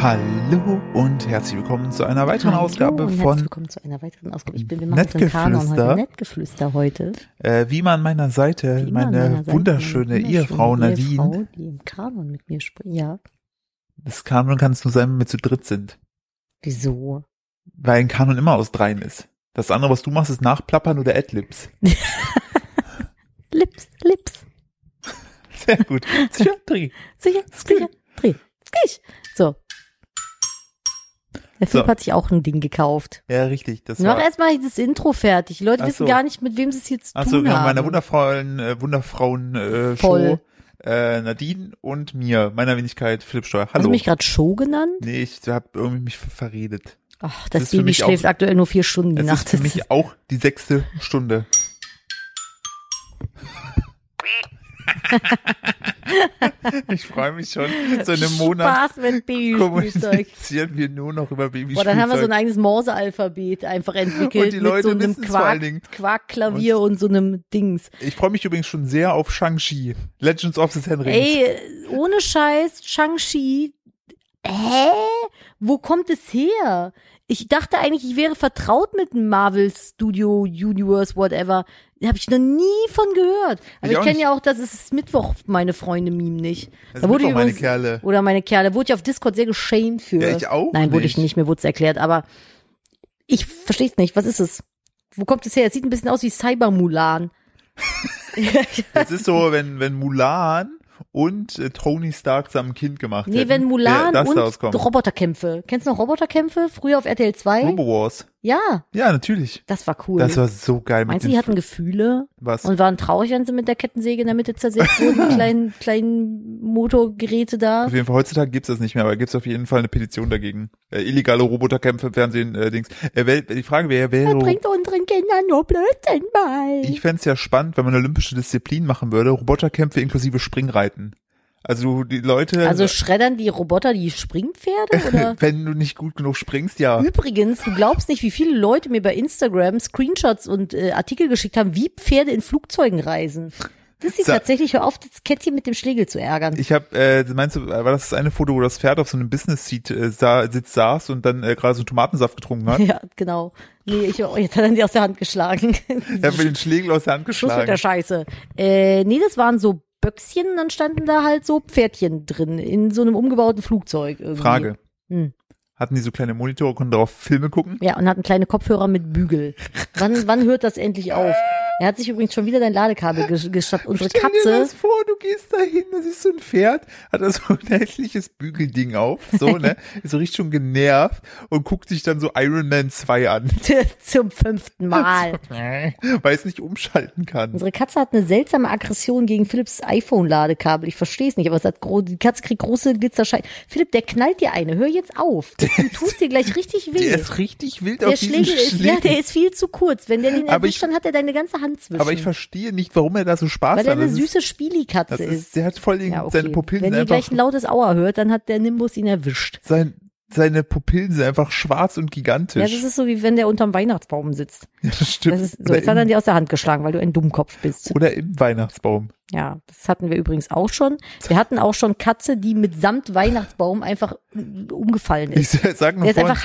Hallo und herzlich willkommen zu einer weiteren Hallo Ausgabe und von Herzlich willkommen zu einer weiteren Ausgabe. Ich bin, wir machen so einen Kanon Nettgeflüster. heute. ne? Nettgeflüster heute. äh, Wie man an meiner Seite, Wie immer an meine meiner Seite wunderschöne eine Ehefrau wunderschöne Nadine. Ehefrau, die im Kanon mit mir spricht. Ja. Das Kanon kann es nur sein, wenn wir zu dritt sind. Wieso? Weil ein Kanon immer aus dreien ist. Das andere, was du machst, ist nachplappern oder Adlibs. Lips, Lips. Sehr gut. Psychiatrie. Sicher, sicher. Dreh. Skich. So. Der So. Philipp hat sich auch ein Ding gekauft. Ja, richtig. Das Mach war. erstmal das Intro fertig. Die Leute Ach wissen so. gar nicht, mit wem sie es jetzt Achso, tun genau, haben. meiner wundervollen, äh, wunderfrauen äh, Show Voll. äh, Nadine und mir, meiner Wenigkeit Philipp Steuer. Hast Hallo. du Also mich gerade Show genannt? nee, ich habe irgendwie mich ver- verredet. Ach, Das das, ist für Baby mich auch- schläft aktuell nur vier Stunden die Es Nacht. ist für mich auch die sechste Stunde. ich freue mich schon. So in einem Monat Spaß mit Babyspielzeug. kommunizieren wir nur noch über Babyspielzeug. Boah, dann haben wir so ein eigenes Morse-Alphabet einfach entwickelt. Und die Leute mit so einem wissen's vor allen Dingen. Quark, Quarkklavier und, so einem Dings. ich freue mich übrigens schon sehr auf Shang-Chi. Legends of the Ten Rings. Ey, ohne Scheiß, Shang-Chi. Hä? Wo kommt es her? Ich dachte eigentlich, ich wäre vertraut mit dem Marvel Studio Universe, whatever. Da Habe ich noch nie von gehört. Aber Ich ich, auch kenne nicht. ja auch, das ist Mittwoch, meine Freunde meme nicht. das sind doch meine übrigens- Kerle. Oder meine Kerle. Wurde ich auf Discord sehr geschämt für. Ja, ich auch Nein, wurde ich nicht. nicht. Mir wurde es erklärt. Aber ich verstehe es nicht. Was ist es? Wo kommt es her? Es sieht ein bisschen aus wie Cyber-Mulan. Das ist so, wenn, wenn Mulan und äh, Tony Stark zusammen ein Kind gemacht Nee, hätten, wenn Mulan wer das und daraus kommt. Roboterkämpfe. Kennst du noch Roboterkämpfe? Früher auf RTL 2? Robo Wars. ja, Ja, natürlich. das war cool. Das war so geil mit Meinst du, den die hatten Gefühle was. und waren traurig, wenn sie mit der Kettensäge in der Mitte zersetzt wurden, die kleinen, kleinen Motorgeräte da? Auf jeden Fall, heutzutage gibt's das nicht mehr, aber gibt's auf jeden Fall eine Petition dagegen. Äh, illegale Roboterkämpfe im Fernsehen, äh, Dings. Äh, wel, die Frage wäre, Er wäre, bringt unseren Kindern nur Blödsinn bei. ich fänd's ja spannend, wenn man eine olympische Disziplin machen würde, Roboterkämpfe inklusive Springreiten. Also die Leute, also schreddern die Roboter die Springpferde oder? wenn du nicht gut genug springst, ja. Übrigens, du glaubst nicht, wie viele Leute mir bei Instagram Screenshots und äh, Artikel geschickt haben, wie Pferde in Flugzeugen reisen. Das sieht Sa- tatsächlich, hör auf, das Kätzchen mit dem Schlägel zu ärgern. Ich habe, äh, meinst du, war das das eine Foto, wo das Pferd auf so einem Business-Seat äh, sa sitz saß und dann äh, gerade so einen Tomatensaft getrunken hat? ja, genau. Nee, ich, oh, jetzt hat er die aus der Hand geschlagen. Er hat mir den Schlägel aus der Hand Schluss mit der geschlagen. Scheiße. Äh, nee, das waren so Böckschen, dann standen da halt so Pferdchen drin, in so einem umgebauten Flugzeug irgendwie. Frage. Hm. Hatten die so kleine Monitore, konnten darauf Filme gucken? Ja, und hatten kleine Kopfhörer mit Bügel. Wann, wann hört das endlich auf? Er hat sich übrigens schon wieder dein Ladekabel ges- geschnappt. Unsere Stell dir Katze. das vor, du gehst da hin, da siehst du ein Pferd, hat da so ein hässliches Bügelding auf, so, ne? Ist so richtig schon genervt und guckt sich dann so Iron Man 2 an, zum fünften Mal. weil es nicht umschalten kann. Unsere Katze hat eine seltsame Aggression gegen Philips iPhone-Ladekabel. Ich verstehe es nicht, aber es hat gro die Katze kriegt große Glitzerscheine. Philipp, der knallt dir eine. Hör jetzt auf. Du tust dir gleich richtig Der weh. ist richtig wild Der auf diesen Schlägel ist, ja, der ist viel zu kurz. Wenn der den Aber ich- erwischt, dann hat er deine ganze Hand zwischen. Aber ich verstehe nicht, warum er da so Spaß Weil er hat. eine Das ist, süße Spielikatze das ist. ist, der hat voll den, Ja, okay. seine Pupillen Wenn sind ihr einfach, gleich ein lautes Auer hört, dann hat der Nimbus ihn erwischt. sein, seine Pupillen sind einfach schwarz und Ja, gigantisch. das ist so, wie wenn der unterm Weihnachtsbaum sitzt. Ja, das stimmt. Das ist, so, jetzt hat er dir aus der Hand geschlagen, weil du ein Dummkopf bist. oder im Weihnachtsbaum. Ja, das hatten wir übrigens auch schon. Wir hatten auch schon Katze, die mitsamt Weihnachtsbaum einfach umgefallen Ich ist. sag Der nur ist vorhin, einfach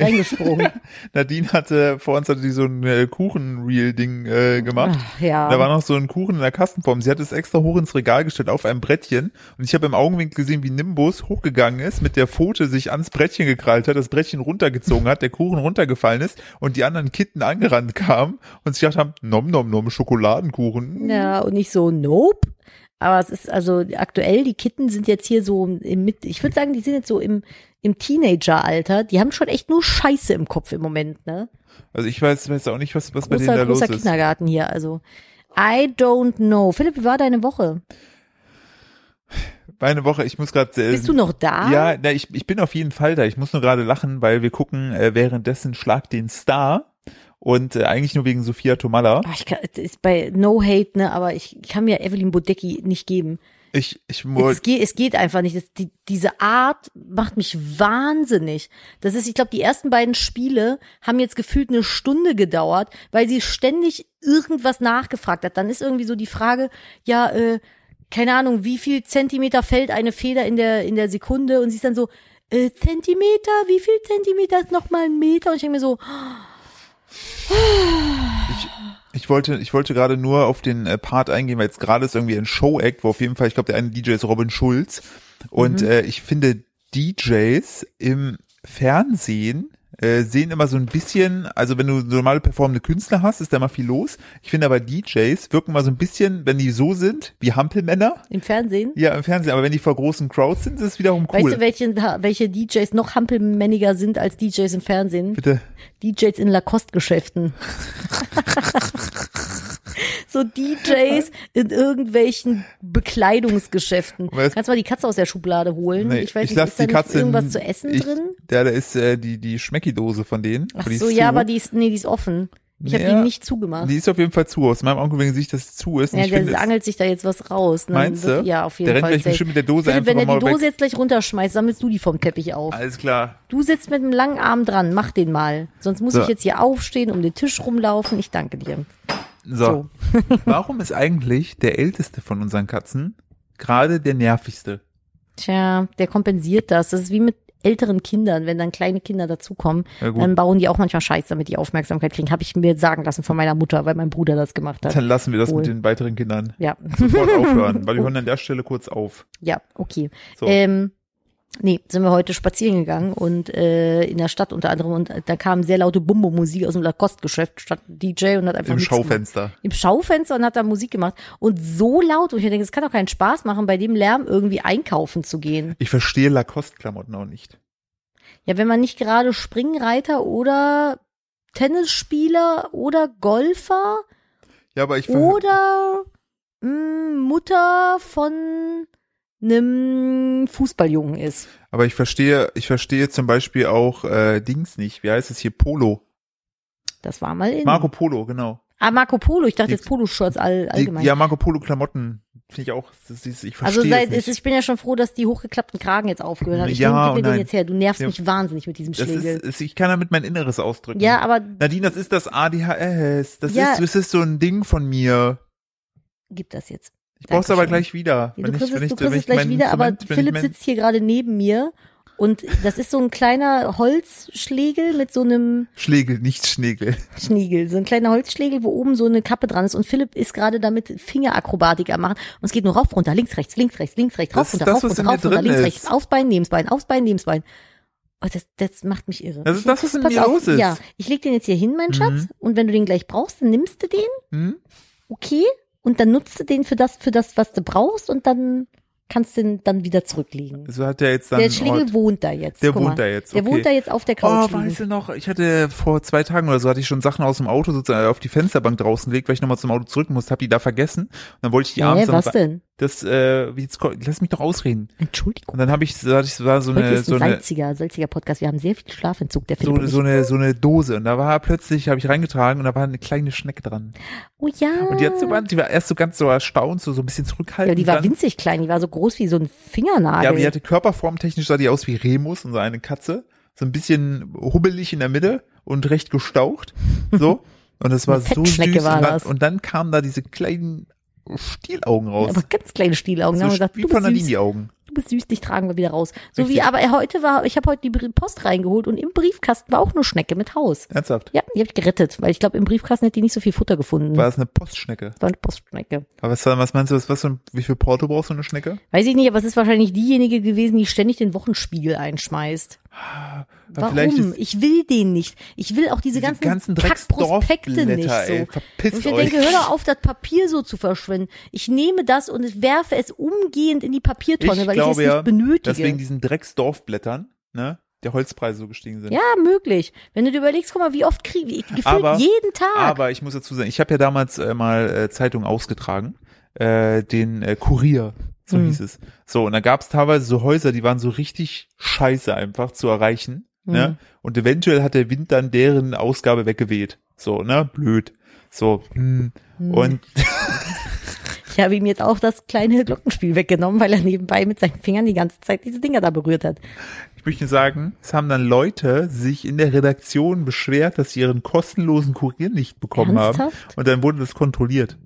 reingesprungen. Nadine hatte, vor uns hatte die so ein äh, Kuchenreel-Ding äh, gemacht. Ach, ja. Da war noch so ein Kuchen in der Kastenform. Sie hat es extra hoch ins Regal gestellt auf einem Brettchen. Und ich habe im Augenwinkel gesehen, wie Nimbus hochgegangen ist, mit der Pfote sich ans Brettchen gekrallt hat, das Brettchen runtergezogen hat, der Kuchen runtergefallen ist und die anderen Kitten angerannt kamen und sich gedacht haben, nom nom nom, Schokoladenkuchen. ja, und nicht so, nope. Aber es ist also aktuell, die Kitten sind jetzt hier so im Mit, ich würde sagen, die sind jetzt so im, im Teenager-Alter. Die haben schon echt nur Scheiße im Kopf im Moment, ne? Also ich weiß, weiß auch nicht, was, was bei denen da Großer, los großer ist. Kindergarten hier, also. I don't know. Philipp, wie war deine Woche? Meine Woche, ich muss gerade äh, Bist du noch da? Ja, na, ich, ich bin auf jeden Fall da. Ich muss nur gerade lachen, weil wir gucken äh, währenddessen Schlag den Star und äh, eigentlich nur wegen Sophia Tomalla. Ach, Oh, ich kann, das ist bei No Hate, ne, aber ich kann mir Evelyn Bodecki nicht geben. Ich, ich Es wollte. geht, es geht einfach nicht. Das, die, diese Art macht mich wahnsinnig. Das ist, ich glaube, die ersten beiden Spiele haben jetzt gefühlt eine Stunde gedauert, weil sie ständig irgendwas nachgefragt hat. Dann ist irgendwie so die Frage, ja, äh, keine Ahnung, wie viel Zentimeter fällt eine Feder in der, in der Sekunde? Und sie ist dann so, äh, Zentimeter, wie viel Zentimeter ist nochmal ein Meter? Und ich denke mir so, Ich, ich wollte, ich wollte gerade nur auf den äh, Part eingehen, weil jetzt gerade ist irgendwie ein Show-Act, wo auf jeden Fall, ich glaube, der eine DJ ist Robin Schulz. Und äh, ich finde, DJs im Fernsehen äh, sehen immer so ein bisschen, also wenn du normale performende Künstler hast, ist da mal viel los. Ich finde aber DJs wirken mal so ein bisschen, wenn die so sind, wie Hampelmänner. im Fernsehen. Ja, im Fernsehen, aber wenn die vor großen Crowds sind, ist es wiederum cool. Weißt du, welche, welche DJs noch hampelmänniger sind als DJs im Fernsehen? Bitte. DJs in Lacoste-Geschäften. so DJs in irgendwelchen Bekleidungsgeschäften. Aber es- Kannst du mal die Katze aus der Schublade holen? Nee, ich weiß nicht, lass ist da die nicht Katze in- irgendwas zu essen ich, drin? Ja, da ist äh, die, die Schmecki-Dose von denen. Ach aber die so, ist ja, zu. aber die ist, nee, die ist offen. Ich habe Ja. die nicht zugemacht. Die ist auf jeden Fall zu. Aus meinem Augenblick sehe ich, dass sie zu ist. Und ja, ich der finde, es- angelt sich da jetzt was raus. Ne? Meinst du? Ja, auf jeden Der rennt Fall. gleich safe. bestimmt mit der Dose Philipp, wenn einfach er die mal weg. Dose jetzt gleich runterschmeißt, sammelst du die vom Teppich auf. alles klar. Du sitzt mit einem langen Arm dran, mach den mal. Sonst muss So. ich jetzt hier aufstehen, um den Tisch rumlaufen. Ich danke dir. So. Warum ist eigentlich der älteste von unseren Katzen gerade der nervigste? Tja, der kompensiert das. Das ist wie mit älteren Kindern, wenn dann kleine Kinder dazukommen, Ja, gut. dann bauen die auch manchmal Scheiß, damit die Aufmerksamkeit kriegen. Habe ich mir sagen lassen von meiner Mutter, weil mein Bruder das gemacht hat. Dann lassen wir das Wohl. mit den weiteren Kindern Ja, sofort aufhören, weil wir hören an der Stelle kurz auf. ja, okay. So. Ähm, nee, sind wir heute spazieren gegangen und äh, in der Stadt unter anderem und da kam sehr laute Bumbo-Musik aus dem Lacoste-Geschäft, stand ein DJ und hat einfach Im nichts gemacht. Schaufenster. im Schaufenster und hat da Musik gemacht und so laut und ich mir denke, es kann doch keinen Spaß machen, bei dem Lärm irgendwie einkaufen zu gehen. Ich verstehe Lacoste-Klamotten auch nicht. Ja, wenn man nicht gerade Springreiter oder Tennisspieler oder Golfer Ja, aber ich ver- oder mh, Mutter von einem Fußballjungen ist. aber ich verstehe, ich verstehe zum Beispiel auch äh, Dings nicht. Wie heißt es hier? Polo. Das war mal in. Marco Polo, genau. ah, Marco Polo, ich dachte Die- jetzt Poloshirts all, Die, allgemein. ja, Marco Polo Klamotten finde ich auch. Das ist, ich verstehe also seit, es es nicht. ist- ich bin ja schon froh, dass die hochgeklappten Kragen jetzt aufgehört haben. Ich Ja, nehme und mir den nein. jetzt her. Du nervst Ja. mich wahnsinnig mit diesem das ist, Schlägel. es- ich kann damit mein Inneres ausdrücken. Ja, aber Nadine, das ist das ADHS. Das, Ja. ist, das ist so ein Ding von mir. gib das jetzt. Ich brauch's Dankeschön. aber gleich wieder. Ja, Wenn du ich- kriegst wenn es, ich- du kriegst wenn es ich gleich mein- wieder, aber wenn ich Philipp mein- sitzt hier gerade neben mir und das ist so ein kleiner Holzschlägel mit so einem Schlägel, nicht Schnägel. Schniegel, so ein kleiner Holzschlägel, wo oben so eine Kappe dran ist und Philipp ist gerade damit Fingerakrobatik am machen und es geht nur rauf, runter, links, rechts, links, rechts, links, rechts, rauf, Das ist runter, das, rauf, was runter, in mir rauf, runter, drin links, ist. rechts, aufs Bein, neben das Bein, aufs Bein, neben das Bein. Oh, das, das macht mich irre. Das ist das, was in Pass mir auf, los ist. Mhm. Ja, ich leg den jetzt hier hin, mein Schatz, und wenn du den gleich brauchst, dann nimmst du den, Hm? okay, und dann nutzt du den für das, für das, was du brauchst und dann kannst du ihn dann wieder zurücklegen. So hat der jetzt dann. Der einen Ort. Schlägel wohnt da jetzt. Der guck wohnt mal. da jetzt, Der okay. wohnt da jetzt auf der Couch. Oh, liegen. weißt du noch, ich hatte vor zwei Tagen oder so, hatte ich schon Sachen aus dem Auto sozusagen äh, auf die Fensterbank draußen gelegt, weil ich nochmal zum Auto zurück musste, hab die da vergessen. Und dann wollte ich die Hä, abends was dann, denn? Das, äh, jetzt, ko- lass mich doch ausreden. Und Entschuldigung. dann habe ich, da hatte ich, war so Heute eine, ist ein so eine, salziger, salziger Podcast. Wir haben sehr viel Schlafentzug, der Philipp so, und ich. so eine, so eine Dose. Und da war plötzlich, habe ich reingetragen und da war eine kleine Schnecke dran. Oh ja. Und die hat so, ganz- die war erst so ganz so erstaunt, so, so ein bisschen ja, zurückhaltend. die war dann, winzig klein. Die war so groß wie so ein Fingernagel. ja, aber die hatte körperformtechnisch sah die aus wie Remus, unsere eine Katze. So ein bisschen hubbelig in der Mitte und recht gestaucht. So. Und das war Eine so süß. Fettschnecke Und war dann, das. und dann kamen da diese kleinen Stielaugen raus. aber ganz kleine Stielaugen. so So gesagt, wie du, von bist Nadine süß, die Augen. du bist süß, dich tragen wir wieder raus. So Richtig. wie, aber heute war, ich habe heute die Br- Post reingeholt und im Briefkasten war auch eine Schnecke mit Haus. Ernsthaft. Ja, die habe ich gerettet, weil ich glaube, im Briefkasten hätte die nicht so viel Futter gefunden. War es eine Postschnecke? Das war eine Postschnecke. Aber was, was meinst du, was, was, für- wie viel Porto brauchst du eine Schnecke? Weiß ich nicht, aber es ist wahrscheinlich diejenige gewesen, die ständig den Wochenspiegel einschmeißt. Aber vielleicht Warum? ist Ich will den nicht. Ich will auch diese, diese ganzen, ganzen, Kackprospekte Drecksdorfblätter, nicht so. ey, Und ich verpisst mir euch. denke, hör doch auf, das Papier so zu verschwenden. Ich nehme das und ich werfe es umgehend in die Papiertonne, weil ich es nicht dass wegen benötige. diesen Drecksdorfblättern, ne, der Holzpreise so gestiegen sind. Ja, möglich. Wenn du dir überlegst, guck mal, wie oft kriege ich gefühlt Aber- jeden Tag. Aber ich muss dazu sagen, ich habe ja damals äh, mal äh, Zeitung ausgetragen, äh, den äh, Kurier, so Hm. hieß es. So, und da gab es teilweise so Häuser, die waren so richtig scheiße einfach zu erreichen. Ne? Mhm. Und eventuell hat der Wind dann deren Ausgabe weggeweht. So, ne? Blöd. So, Mhm. hm. und ich habe ihm jetzt auch das kleine Glockenspiel weggenommen, weil er nebenbei mit seinen Fingern die ganze Zeit diese Dinger da berührt hat. Ich möchte sagen, es haben dann Leute sich in der Redaktion beschwert, dass sie ihren kostenlosen Kurier nicht bekommen haben. Ernsthaft? Und dann wurde das kontrolliert.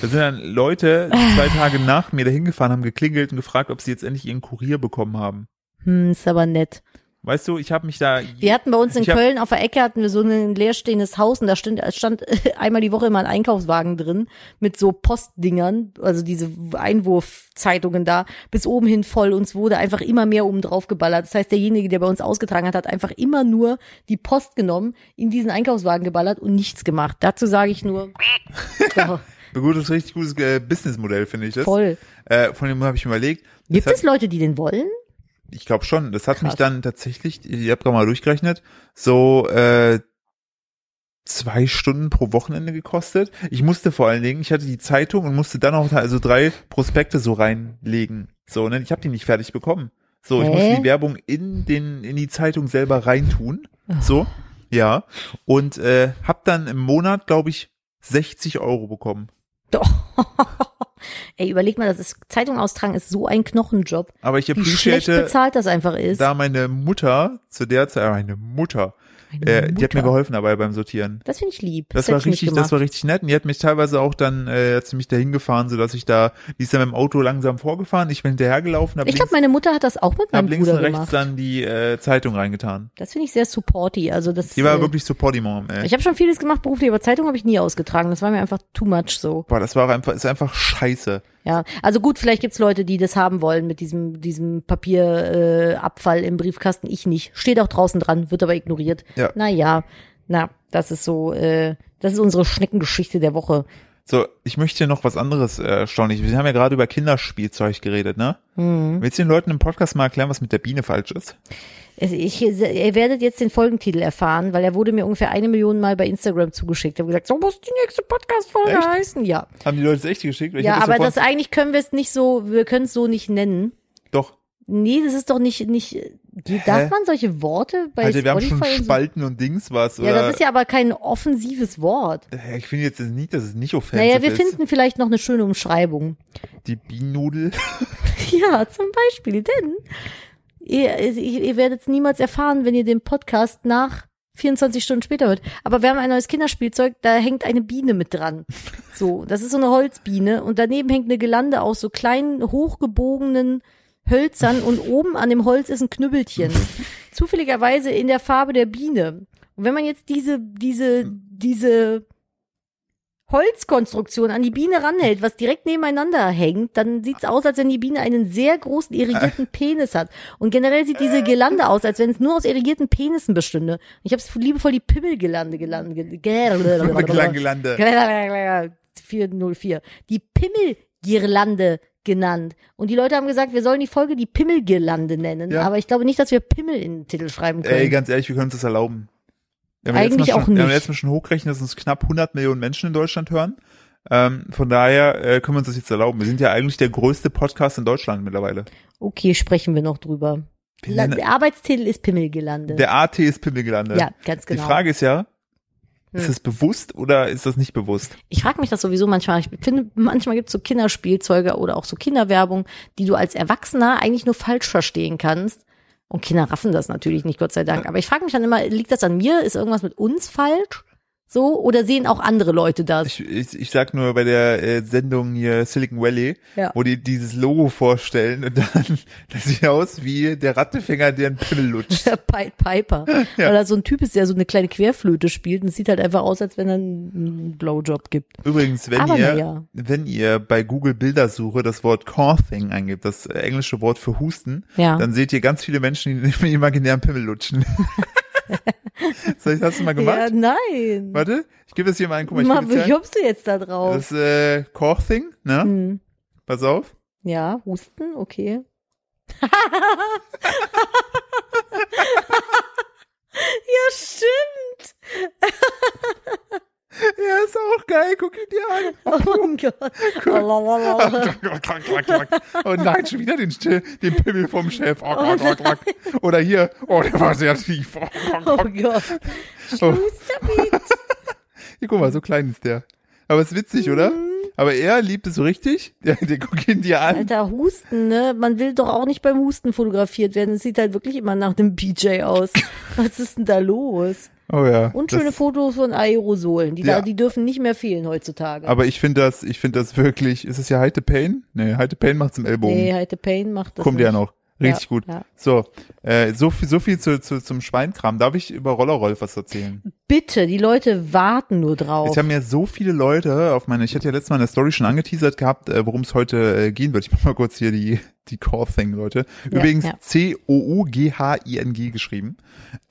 Da sind dann Leute die zwei Tage nach mir dahin gefahren, haben geklingelt und gefragt, ob sie jetzt endlich ihren Kurier bekommen haben. Hm, ist aber nett. Weißt du, ich habe mich da. Wir hatten bei uns in Ich hab- Köln auf der Ecke hatten wir so ein leerstehendes Haus und da stand, stand einmal die Woche immer ein Einkaufswagen drin mit so Postdingern, also diese Einwurfzeitungen da, bis oben hin voll. Uns wurde einfach immer mehr oben drauf geballert. Das heißt, derjenige, der bei uns ausgetragen hat, hat einfach immer nur die Post genommen, in diesen Einkaufswagen geballert und nichts gemacht. Dazu sage ich nur, ja, Ein gutes, richtig gutes äh, Businessmodell, finde ich das. voll. Äh, von dem habe ich überlegt. das Gibt hat- es Leute, die den wollen? Ich glaube schon. Das hat mich Krass. dann tatsächlich, ich habe gerade mal durchgerechnet, so äh, zwei Stunden pro Wochenende gekostet. Ich musste vor allen Dingen, ich hatte die Zeitung und musste dann auch also drei Prospekte so reinlegen. So, ne? Ich habe die nicht fertig bekommen. So, ich Hä? musste die Werbung in den in die Zeitung selber reintun. So, ja. Und äh, habe dann im Monat, glaube ich, 60 Euro bekommen. Ey, überleg mal, das ist Zeitung austragen ist so ein Knochenjob. Aber ich Wie schlecht appreciate bezahlt das einfach ist. da meine Mutter zu der Zeit, meine Mutter, Meine äh, die hat mir Mutter. geholfen dabei beim Sortieren. Das finde ich lieb. Das hätte war ich nicht richtig, das gemacht. war richtig nett. Und die hat mich teilweise auch dann, äh, hat sie mich dahin gefahren, sodass ich da, die ist dann mit dem Auto langsam vorgefahren, ich bin hinterhergelaufen, hab Ich glaube, links, meine Mutter hat das auch mit meinem hab links und Bruder rechts gemacht. dann die äh, Zeitung reingetan. Das finde ich sehr supporty. Also das. Die war äh, wirklich Supportimum, ey. Ich habe schon vieles gemacht beruflich, aber Zeitung habe ich nie ausgetragen. Das war mir einfach too much so. Boah, das war auch einfach, ist einfach scheiße. Ja, also gut, vielleicht gibt's Leute, die das haben wollen mit diesem diesem Papierabfall äh, Abfall im Briefkasten. Ich nicht. Steht auch draußen dran, wird aber ignoriert. Ja. Naja, na, das ist so. Äh, das ist unsere Schneckengeschichte der Woche. So, ich möchte noch was anderes äh, erstaunlich. Wir haben ja gerade über Kinderspielzeug geredet, ne? Mhm. Willst du den Leuten im Podcast mal erklären, was mit der Biene falsch ist? Also Ich, ihr werdet jetzt den Folgentitel erfahren, weil er wurde mir ungefähr eine Million Mal bei Instagram zugeschickt. Ich habe gesagt, so muss die nächste Podcast-Folge Echt? heißen. Ja. Haben die Leute es echt geschickt? Weil ich ja, hab aber sofort- das eigentlich können wir es nicht so, wir können es so nicht nennen. Doch. Nee, das ist doch nicht, nicht, darf man solche Worte bei Alter, Also wir haben schon Spotify und so? Spalten und Dings was. Ja, oder, das ist ja aber kein offensives Wort. Ich finde jetzt nicht, dass es nicht offensiv Naja, wir ist. finden vielleicht noch eine schöne Umschreibung. Die Bienennudel. Ja, zum Beispiel, denn ihr, ihr, ihr werdet es niemals erfahren, wenn ihr den Podcast nach 24 Stunden später hört. Aber wir haben ein neues Kinderspielzeug, da hängt eine Biene mit dran. So, das ist so eine Holzbiene und daneben hängt eine Gelande aus so kleinen, hochgebogenen Hölzern und oben an dem Holz ist ein Knüppelchen. Zufälligerweise in der Farbe der Biene. Und wenn man jetzt diese, diese, diese Holzkonstruktion an die Biene ranhält, was direkt nebeneinander hängt, dann sieht's aus, als wenn die Biene einen sehr großen irrigierten Penis hat. Und generell sieht diese Gelande aus, als wenn es nur aus irrigierten Penissen bestünde. Ich habe es liebevoll die Pimmelgelande gelandet. Ge Klang gelandet. Äh. 404. Die Pimmelgirlande genannt. Und die Leute haben gesagt, wir sollen die Folge die Pimmelgirlande nennen. Ja. Aber ich glaube nicht, dass wir Pimmel in den Titel schreiben können. Ey, ganz ehrlich, wir können uns das erlauben. Wir haben ja letztes Eigentlich Mal schon, auch Wir haben nicht. ja letztes Mal schon hochgerechnet, dass uns knapp 100 Millionen Menschen in Deutschland hören. Ähm, von daher äh, können wir uns das jetzt erlauben. Wir sind ja eigentlich der größte Podcast in Deutschland mittlerweile. okay, sprechen wir noch drüber. La der Arbeitstitel ist Pimmelgirlande. Der AT ist Pimmel gelandet. ja, ganz genau. Die Frage ist ja, ist Hm. das bewusst oder ist das nicht bewusst? ich frage mich das sowieso manchmal. Ich finde, manchmal gibt es so Kinderspielzeuge oder auch so Kinderwerbung, die du als Erwachsener eigentlich nur falsch verstehen kannst. Und Kinder raffen das natürlich nicht, Gott sei Dank. Aber ich frage mich dann immer, liegt das an mir? Ist irgendwas mit uns falsch? So? Oder sehen auch andere Leute das? Ich, ich, ich sag nur bei der äh, Sendung hier Silicon Valley, Ja. wo die dieses Logo vorstellen und dann, das sieht aus wie der Rattenfänger, der einen Pimmel lutscht. Der Pied Piper. Weil da so ein Typ ist, der so eine kleine Querflöte spielt und es sieht halt einfach aus, als wenn er einen Blowjob gibt. Übrigens, wenn Aber ihr, naja. wenn ihr bei Google Bildersuche das Wort Coughing eingibt, das äh, englische Wort für Husten, Ja. dann seht ihr ganz viele Menschen, die mit imaginären Pimmel lutschen. so, ich hast du mal gemacht? um Ja, nein. Warte, ich gebe das hier mal ein. Guck mal, ich Ma, gebe das wie hier ein. kommst du jetzt da drauf? Das äh, Coughing, ne? Hm. Pass auf. Ja, Husten, okay. ja, stimmt. Ja, ist auch geil, guck ihn dir Oh mein Gott. Oh, Lalalala. an. Klack, klack, klack. Oh nein, schon wieder den, Still- den Pimmel vom Chef. Oh, klack, klack, klack. Oder hier, oh, der war sehr tief. Oh, klack, Oh klack. Gott. Oh. Schluss damit. Hier, guck mal, so klein ist der. Aber ist witzig, oder? Mhm. Aber er liebt es so richtig. Der, der guckt ihn dir an. Alter, Husten, ne? Man will doch auch nicht beim Husten fotografiert werden. Es sieht halt wirklich immer nach dem BJ aus. Was ist denn da los? Oh ja. Und das- schöne Fotos von Aerosolen. Die, Ja. da, die dürfen nicht mehr fehlen heutzutage. Aber ich finde das, ich finde das wirklich, ist es ja Heite Payne? Nee, Heite Payne macht's im Ellbogen. nee, Heite Payne macht das Kommt nicht. ja noch. Richtig ja, gut. Ja. So, äh, so viel, so viel zu, zu, zum Schweinkram. Darf ich über Rollerolf was erzählen? Bitte, die Leute warten nur drauf. Es haben ja so viele Leute auf meine, ich hatte ja letztes Mal in der Story schon angeteasert gehabt, äh, worum es heute äh, gehen wird. Ich mach mal kurz hier die, die Core-Thing, Leute. Ja, Übrigens ja. C-O-O-G-H-I-N-G geschrieben.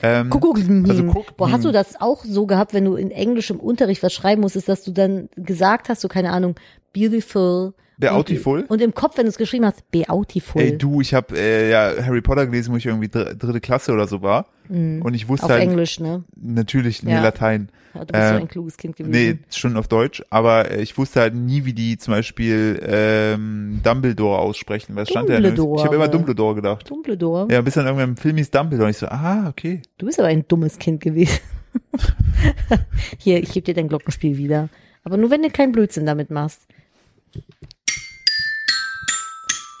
Ähm, Kuckuckmeme. Also Kuck- hm. Boah, hast du Meme. das auch so gehabt, wenn du in Englisch im Unterricht was schreiben musstest, dass du dann gesagt hast, so keine Ahnung, beautiful. Beautiful? Und, und im Kopf, wenn du es geschrieben hast, beautiful. Ey, du, ich habe äh, ja Harry Potter gelesen, wo ich irgendwie dr dritte Klasse oder so war. Und ich wusste Mhm. Auf halt Englisch, ne? natürlich nee, Ja. Mhm. Latein. Ja, du bist so Äh, ein kluges Kind Nee, gewesen. schon auf Deutsch, aber äh, ich wusste halt nie, wie die zum Beispiel ähm, Dumbledore aussprechen. Was stand da? denn? Dumbledore. Ich habe immer Dumbledore gedacht. Dumbledore, Ja, bis dann irgendwann im Film hieß Dumbledore. Und ich so, ah, okay. du bist aber ein dummes Kind gewesen. Hier, ich gebe dir dein Glockenspiel wieder. Aber nur, wenn du keinen Blödsinn damit machst.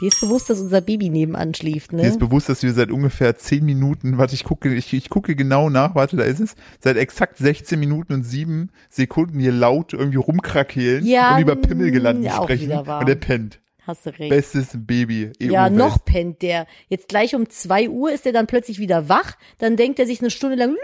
Dir ist bewusst, dass unser Baby nebenan schläft, ne? Mir ist bewusst, dass wir seit ungefähr 10 Minuten, warte, ich gucke, ich, ich gucke genau nach, warte, da ist es, seit exakt 16 Minuten und 7 Sekunden hier laut irgendwie rumkrakeelen Ja, mm, und über Pimmel gelandet auch sprechen. wieder wahr. Und der pennt. Hast du recht. Bestes Baby. E EU Ja, West. noch pennt der. Jetzt gleich um 2 Uhr ist er dann plötzlich wieder wach. Dann denkt er sich eine Stunde lang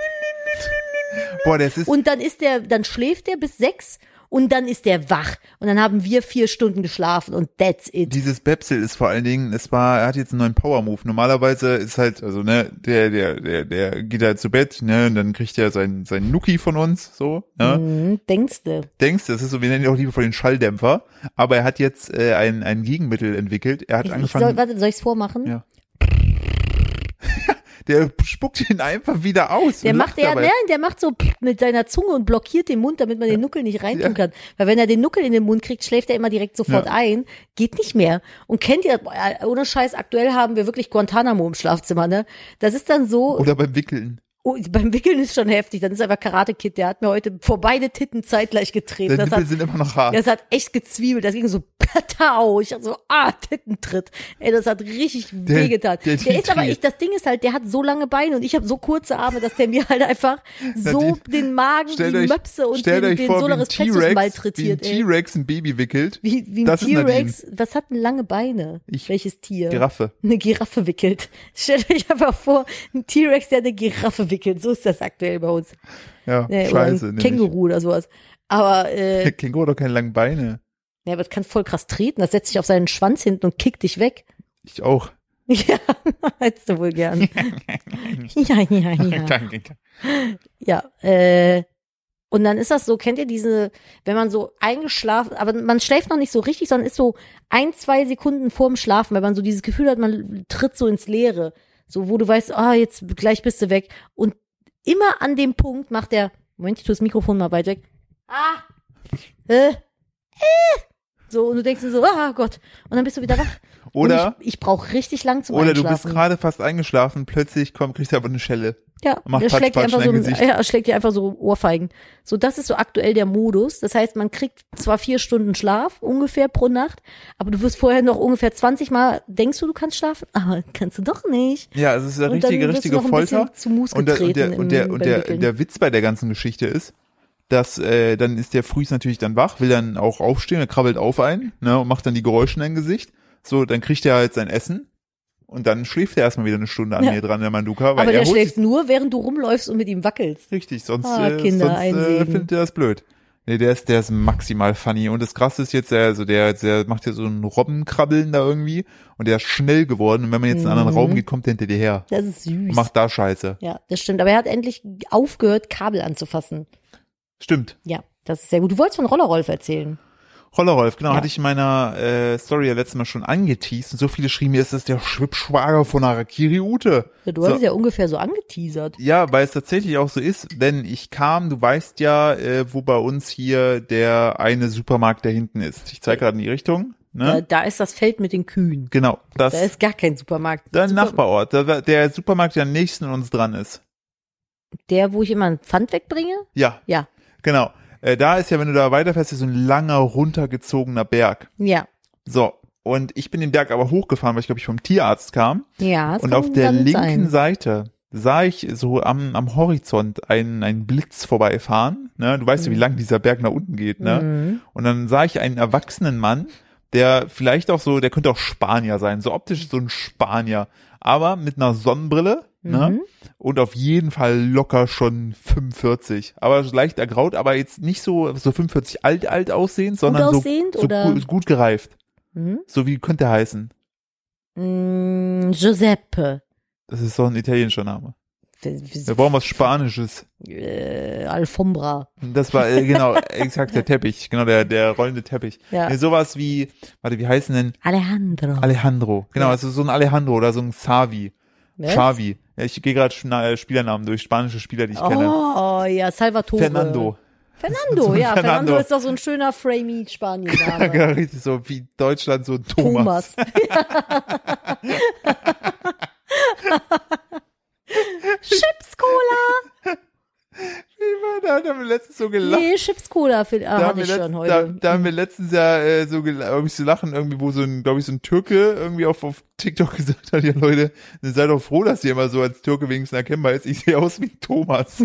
Boah, das ist, und dann ist der, dann schläft er bis sechs und dann ist er wach. Und dann haben wir vier Stunden geschlafen und that's it. dieses Bepsel ist vor allen Dingen, es war, er hat jetzt einen neuen Power-Move. Normalerweise ist halt, also ne, der, der, der, der geht halt zu Bett, ne, und dann kriegt er seinen, seinen Nuki von uns, so, ne. Hm, denkst du? denkst, das ist so, wir nennen ihn auch liebevoll den Schalldämpfer, aber er hat jetzt äh, ein, ein Gegenmittel entwickelt. Er hat Ich, ich soll, angefangen, warte, soll ich's vormachen? Ja. der spuckt ihn einfach wieder aus. Der und lacht macht ja, ne? dabei. nein, der macht so mit seiner Zunge und blockiert den Mund, damit man den Nuckel nicht reintun Ja. kann. Weil wenn er den Nuckel in den Mund kriegt, schläft er immer direkt sofort Ja. ein. Geht nicht mehr. Und kennt ihr, boah, ohne Scheiß, aktuell haben wir wirklich Guantanamo im Schlafzimmer, ne? Das ist dann so, Oder beim Wickeln. Oh, beim Wickeln ist schon heftig. Dann ist einfach Karate Kid. Der hat mir heute vor beide Titten zeitgleich getreten. Seine Das hat, Nippel sind immer noch hart. das hat echt gezwiebelt. Das ging so patau. Ich dachte so, ah, Tittentritt. Ey, das hat richtig wehgetan. Der, der ist aber, Titri. ich, das Ding ist halt, der hat so lange Beine und ich habe so kurze Arme, dass der mir halt einfach so die- den Magen, Stellt die euch, Möpse und stellt den, euch den vor, wie ein Solaris Plexus T-Rex wie ein malträtiert. ey. T-Rex ein Baby wickelt. Wie, wie ein das ist Nadine. T-Rex. Was hat denn lange Beine? Ich- Welches Tier? Giraffe. eine Giraffe wickelt. Stellt euch einfach vor, ein T-Rex, der eine Giraffe wickelt. So ist das aktuell bei uns. Ja, scheiße. Nee, äh, oder ein nämlich. Känguru oder sowas. Aber, äh, Känguru hat doch keine langen Beine. ja, aber das kann voll krass treten. Das setzt sich auf seinen Schwanz hinten und kickt dich weg. Ich auch. Ja, hättest du wohl gern. ja, ja, ja. Ja, äh, und dann ist das so, kennt ihr diese, wenn man so eingeschlafen, aber man schläft noch nicht so richtig, sondern ist so ein, zwei Sekunden vorm Schlafen, weil man so dieses Gefühl hat, man tritt so ins Leere. So, wo du weißt, ah, jetzt gleich bist du weg. Und immer an dem Punkt macht der, Moment, ich tue das Mikrofon mal weit weg. Ah! Äh, äh. So, und du denkst dir so, ah Gott. Und dann bist du wieder wach. Oder, Und ich, ich brauche richtig lang zum oder du bist Einschlafen. gerade fast eingeschlafen, plötzlich kommt, kriegst du aber eine Schelle. Ja, Macht der Patsch, schlägt Patsch einfach in so, dein Gesicht. ja, schlägt dir einfach so Ohrfeigen. So, das ist so aktuell der Modus. Das heißt, man kriegt zwar vier Stunden Schlaf ungefähr pro Nacht, aber du wirst vorher noch ungefähr 20 Mal denkst du, du kannst schlafen, aber kannst du doch nicht. Ja, es ist eine Und dann richtige, wirst du richtige noch ein bisschen Folter. zu Mus und der, und der, getreten und der, im- und beim der, Wickeln. der Witz bei der ganzen Geschichte ist, dass äh, dann ist der frühs natürlich dann wach, will dann auch aufstehen, er krabbelt auf ein ne, und macht dann die Geräusche in dein Gesicht. So, dann kriegt er halt sein Essen und dann schläft er erstmal wieder eine Stunde an Ja. mir dran, der Manduka, weil Aber er der holt schläft sich nur, während du rumläufst und mit ihm wackelst. richtig, sonst, Ah, äh, Kinder, sonst ein äh, Segen. findet er das blöd. Nee, der ist, der ist maximal funny. Und das krasse ist jetzt, der, also der, der macht ja so ein Robbenkrabbeln da irgendwie und der ist schnell geworden. Und wenn man jetzt in einen anderen Raum geht, kommt der hinter dir her. Das ist Mhm. süß. Und macht da Scheiße. ja, das stimmt. Aber er hat endlich aufgehört, Kabel anzufassen. Stimmt. Ja, das ist sehr gut. Du wolltest von Rollerolf erzählen. Rollerolf, genau, Ja. hatte ich in meiner äh, Story ja letztes Mal schon angeteased und so viele schrieben mir, ist das der Schwippschwager von Harakiri Ute? Ja, Du So. hast es ja ungefähr so angeteasert. Ja, weil es tatsächlich auch so ist, denn ich kam, du weißt ja, äh, wo bei uns hier der eine Supermarkt da hinten ist. Ich zeige gerade in die Richtung, Da, ne? da ist das Feld mit den Kühen. genau, das, Da ist gar kein Supermarkt. der Super- Nachbarort, der, der Supermarkt, der am nächsten uns dran ist. Der, wo ich immer einen Pfand wegbringe? Ja, Ja, genau. Äh, da ist ja, wenn du da weiterfährst, ist so ein langer, runtergezogener Berg. ja, So, und ich bin den Berg aber hochgefahren, weil ich glaube, ich vom Tierarzt kam. ja. das Und kann auf der dann linken sein. Seite sah ich so am, am Horizont einen, einen Blitz vorbeifahren. Ne? Du weißt ja, wie lang dieser Berg nach unten geht. Ne? Mhm. Und dann sah ich einen erwachsenen Mann, der vielleicht auch so, der könnte auch Spanier sein, so optisch so ein Spanier. aber mit einer Sonnenbrille. Mhm. Ne? Und auf jeden Fall locker schon 45. Aber leicht ergraut, aber jetzt nicht so, so 45 alt, alt aussehend, sondern aussehend so, so oder? gut, gut gereift. Mhm. So wie könnte er heißen. Mm, Giuseppe. Das ist doch ein italienischer Name. Wir F- brauchen was Spanisches. f- Äh, Alfombra. Das war, äh, genau, exakt der Teppich. Genau, der, der rollende Teppich. Ja. Nee, sowas wie, warte, wie heißen denn Alejandro. Alejandro? Genau, Ja. also so ein Alejandro oder so ein Xavi. Was? Xavi. Ja, ich gehe gerade Schna- äh, Spielernamen durch, spanische Spieler, die ich kenne. Oh, ja, Salvatore. Fernando. Fernando, So ein ja. Fernando. Fernando. ist doch so ein schöner Framey-Spanier. Ja, genau. richtig so wie Deutschland so ein Thomas. Thomas. Chips Cola. Wie war da, da haben wir letztens so gelacht. Nee, Chips Cola für, ah, Da haben, hatte wir ich schon letztens, da, heute. Mhm. da haben wir letztens ja äh, so gel- irgendwie zu lachen, irgendwie, wo so ein, glaube ich, so ein Türke irgendwie auf, auf TikTok gesagt hat, ja Leute, seid doch froh, dass ihr immer so als Türke wenigstens erkennbar ist. Ich sehe aus wie ein Thomas.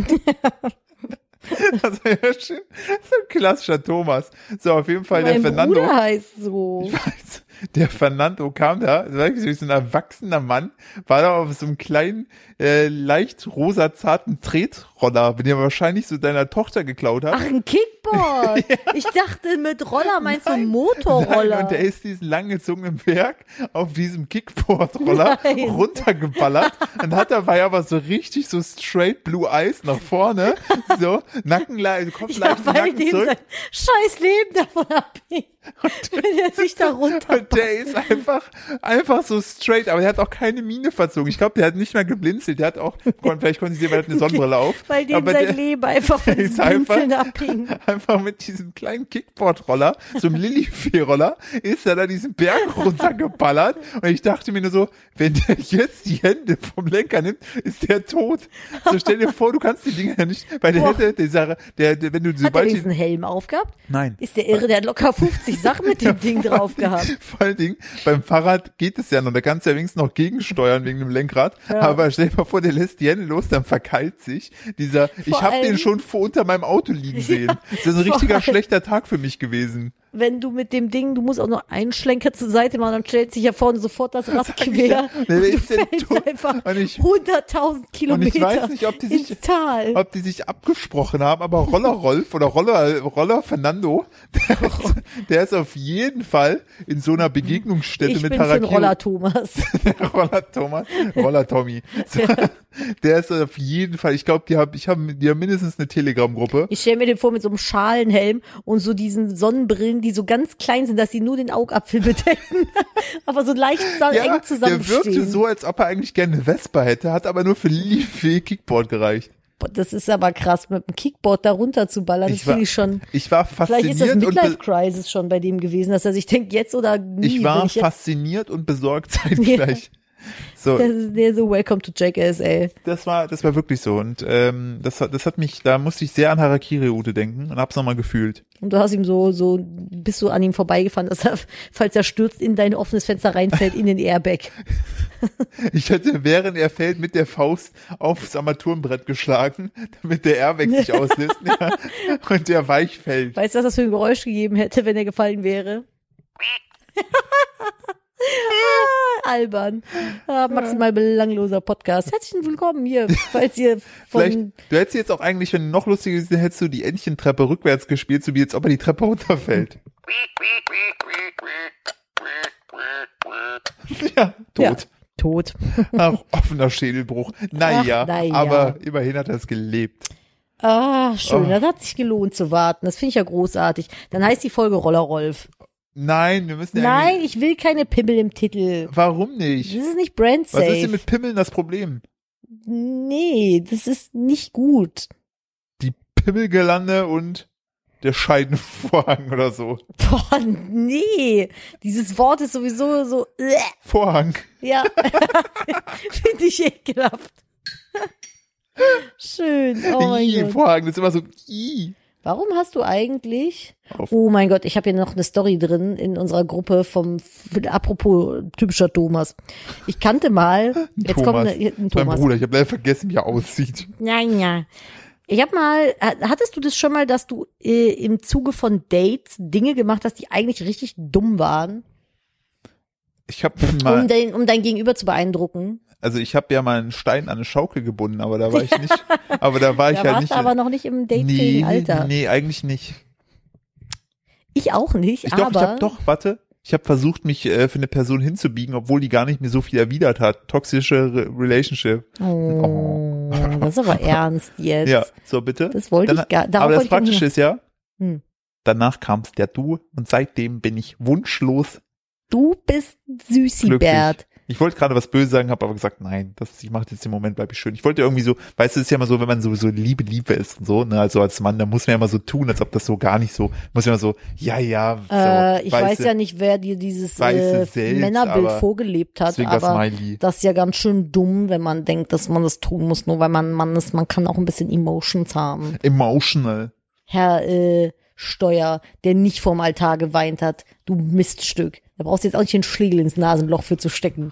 das war ja schön. So ein klassischer Thomas. So, auf jeden Fall der mein Fernando. Bruder heißt so. Als der Fernando kam da, das war wirklich so ein erwachsener Mann, war da auf so einem kleinen, äh, leicht rosa zarten Tretroller, den er wahrscheinlich so deiner Tochter geklaut hat. Ach, ein Kickboard. Ich dachte, mit Roller meinst du Nein, Motorroller. Und der ist diesen langgezogenen Berg auf diesem Kickboard-Roller Nein. runtergeballert und hat dabei aber so richtig so straight blue eyes nach vorne, so Nacken, also Kopf ja, leicht weil Nacken dem zurück. sein scheiß Leben davon abhängt, wenn er sich da runter... Und der ist einfach, einfach so straight, aber der hat auch keine Miene verzogen. Ich glaube, der hat nicht mehr geblinzelt. Der hat auch, kon- vielleicht konnte ich sehen, weil er hat eine Sonnenbrille auf. Weil dem aber sein der, Leben einfach von ist den einfach- Pinseln abhing. einfach mit diesem kleinen Kickboard-Roller, so einem Lillifee-Roller, ist er da diesen Berg runtergeballert. Und ich dachte mir nur so, wenn der jetzt die Hände vom Lenker nimmt, ist der tot. So stell dir vor, du kannst die Dinger ja nicht, weil der Boah. hätte, der, Sarah- der, der, wenn du Hat er sobald diesen Helm aufgehabt? Nein. Ist der irre, der hat locker 50 Sachen mit dem Ding drauf gehabt. Vor allen Dingen, beim Fahrrad geht es ja noch. Da kannst du ja wenigstens noch gegensteuern wegen dem Lenkrad. Aber stell dir mal vor, der lässt die Hände los, dann verkeilt sich. Dieser, ich habe allem- den schon vor unter meinem Auto liegen sehen. das ist ein vor richtiger allem- schlechter Tag für mich gewesen. Wenn du mit dem Ding, du musst auch noch einen Schlenker zur Seite machen, dann stellt sich ja vorne sofort das Rad quer. Ja, Und der du ist ja fällst tot. einfach Und ich- 100.000 Kilometer weiß nicht, ob die sich- Also ins Tal. Ob die sich abgesprochen haben, aber Roller Rolf oder Roller, Roller Fernando, der ist, der ist auf jeden Fall in so einer Begegnungsstätte ich mit bin für einen Harakiri Roller, Thomas. Roller Thomas, Roller Tommy. So, Der ist auf jeden Fall, ich glaube, die haben ich hab, die haben mindestens eine Telegram-Gruppe. Ich stelle mir den vor mit so einem Schalenhelm und so diesen Sonnenbrillen, die so ganz klein sind, dass sie nur den Augapfel bedecken, aber so leicht sa- eng der wirkte zusammenstehen. so, als ob er eigentlich gerne eine Vespa hätte, hat aber nur für Leafy Kickboard gereicht. Boah, das ist aber krass, mit dem Kickboard da runter zu ballern, das Ich war, finde ich schon... ich war Vielleicht fasziniert ist das und be- Midlife-Crisis schon bei dem gewesen, dass er sich denkt, jetzt oder nie. ich war wenn ich jetzt, fasziniert und besorgt zeitgleich. So, das ist der so Welcome to Jackass, ey. das war, das war wirklich so und ähm, das, hat- das hat mich, da musste ich sehr an Harakiri Ute denken und hab's nochmal gefühlt. Und du hast ihm so, so, bist du an ihm vorbeigefahren, dass er, falls er stürzt, in dein offenes Fenster reinfällt, in den Airbag. Ich hätte, während er fällt, mit der Faust aufs Armaturenbrett geschlagen, damit der Airbag sich auslöst ja, und der weich fällt. Weißt du, was das für ein Geräusch gegeben hätte, wenn er gefallen wäre? Ah, Albern. Ah, maximal belangloser Podcast. Herzlich willkommen hier, falls ihr Vielleicht, von du hättest jetzt auch eigentlich, wenn noch lustiger gewesen, hättest du die Entchentreppe rückwärts gespielt, so wie jetzt, ob er die Treppe runterfällt. ja, Ja, tot. tot. Ach, offener Schädelbruch. Naja, Ach, na ja. aber immerhin hat er es gelebt. Ah, schön. Oh. Das hat sich gelohnt zu warten. Das finde ich ja großartig. Dann heißt die Folge Roller Rolf. Nein, wir müssen ja Nein, eigentlich- ich will keine Pimmel im Titel. Warum Das nicht? ist nicht brand Was safe. ist denn mit Pimmeln das Problem? nee, das ist nicht gut. Die Pimmelgelande und der Scheidenvorhang oder so. Boah, nee. Dieses Wort ist sowieso so, äh, Vorhang. ja. Finde ich ekelhaft. Schön. Oh mein Ih, Gott. Vorhang, das ist immer so. Ii. Warum hast du eigentlich? Auf. Oh mein Gott, ich habe hier noch eine Story drin in unserer Gruppe vom apropos typischer Thomas. Ich kannte mal, jetzt kommt Thomas. eine, ein Mein Thomas. Bruder, ich habe leider vergessen, wie er aussieht. Nein, ja. Ich habe mal, hattest du das schon mal, dass du äh, im Zuge von Dates Dinge gemacht hast, die eigentlich richtig dumm waren? Ich habe mal, um, dein, um dein Gegenüber zu beeindrucken. also ich habe ja mal einen Stein an eine Schaukel gebunden, aber da war ich nicht, aber da war ich Da halt warst nicht. du aber noch nicht im datefähigen nee, Alter. nee, eigentlich nicht. Ich auch nicht, Ich aber glaube, ich habe doch, warte, ich habe versucht, mich äh, für eine Person hinzubiegen, obwohl die gar nicht mir so viel erwidert hat. Toxische Re Relationship. Oh, das ist aber ernst jetzt. Ja, so bitte. Das wollte Dann- ich gar darauf aber das wollte ich gar nicht Praktische ist ja, Hm. danach kam's der Du und seitdem bin ich wunschlos. Du bist süßi, Glücklich. Bert. Ich wollte gerade was Böses sagen, habe aber gesagt, nein, das ich mache jetzt im Moment, bleib ich schön. Ich wollte irgendwie so, weißt du, es ist ja immer so, wenn man sowieso Liebe, Liebe ist und so, ne, also als Mann, da muss man ja immer so tun, als ob das so gar nicht so, muss man immer so, ja, ja, so, Äh, ich weiß weiße- ja nicht, wer dir dieses äh, Weiße selbst, Männerbild aber vorgelebt hat, deswegen das aber Smiley. das ist ja ganz schön dumm, wenn man denkt, dass man das tun muss, nur weil man ein Mann ist. Man kann auch ein bisschen Emotions haben. Emotional. Herr äh, Steuer, der nicht vorm Altar geweint hat, du Miststück. Da brauchst du jetzt auch nicht den Schlegel ins Nasenloch für zu stecken.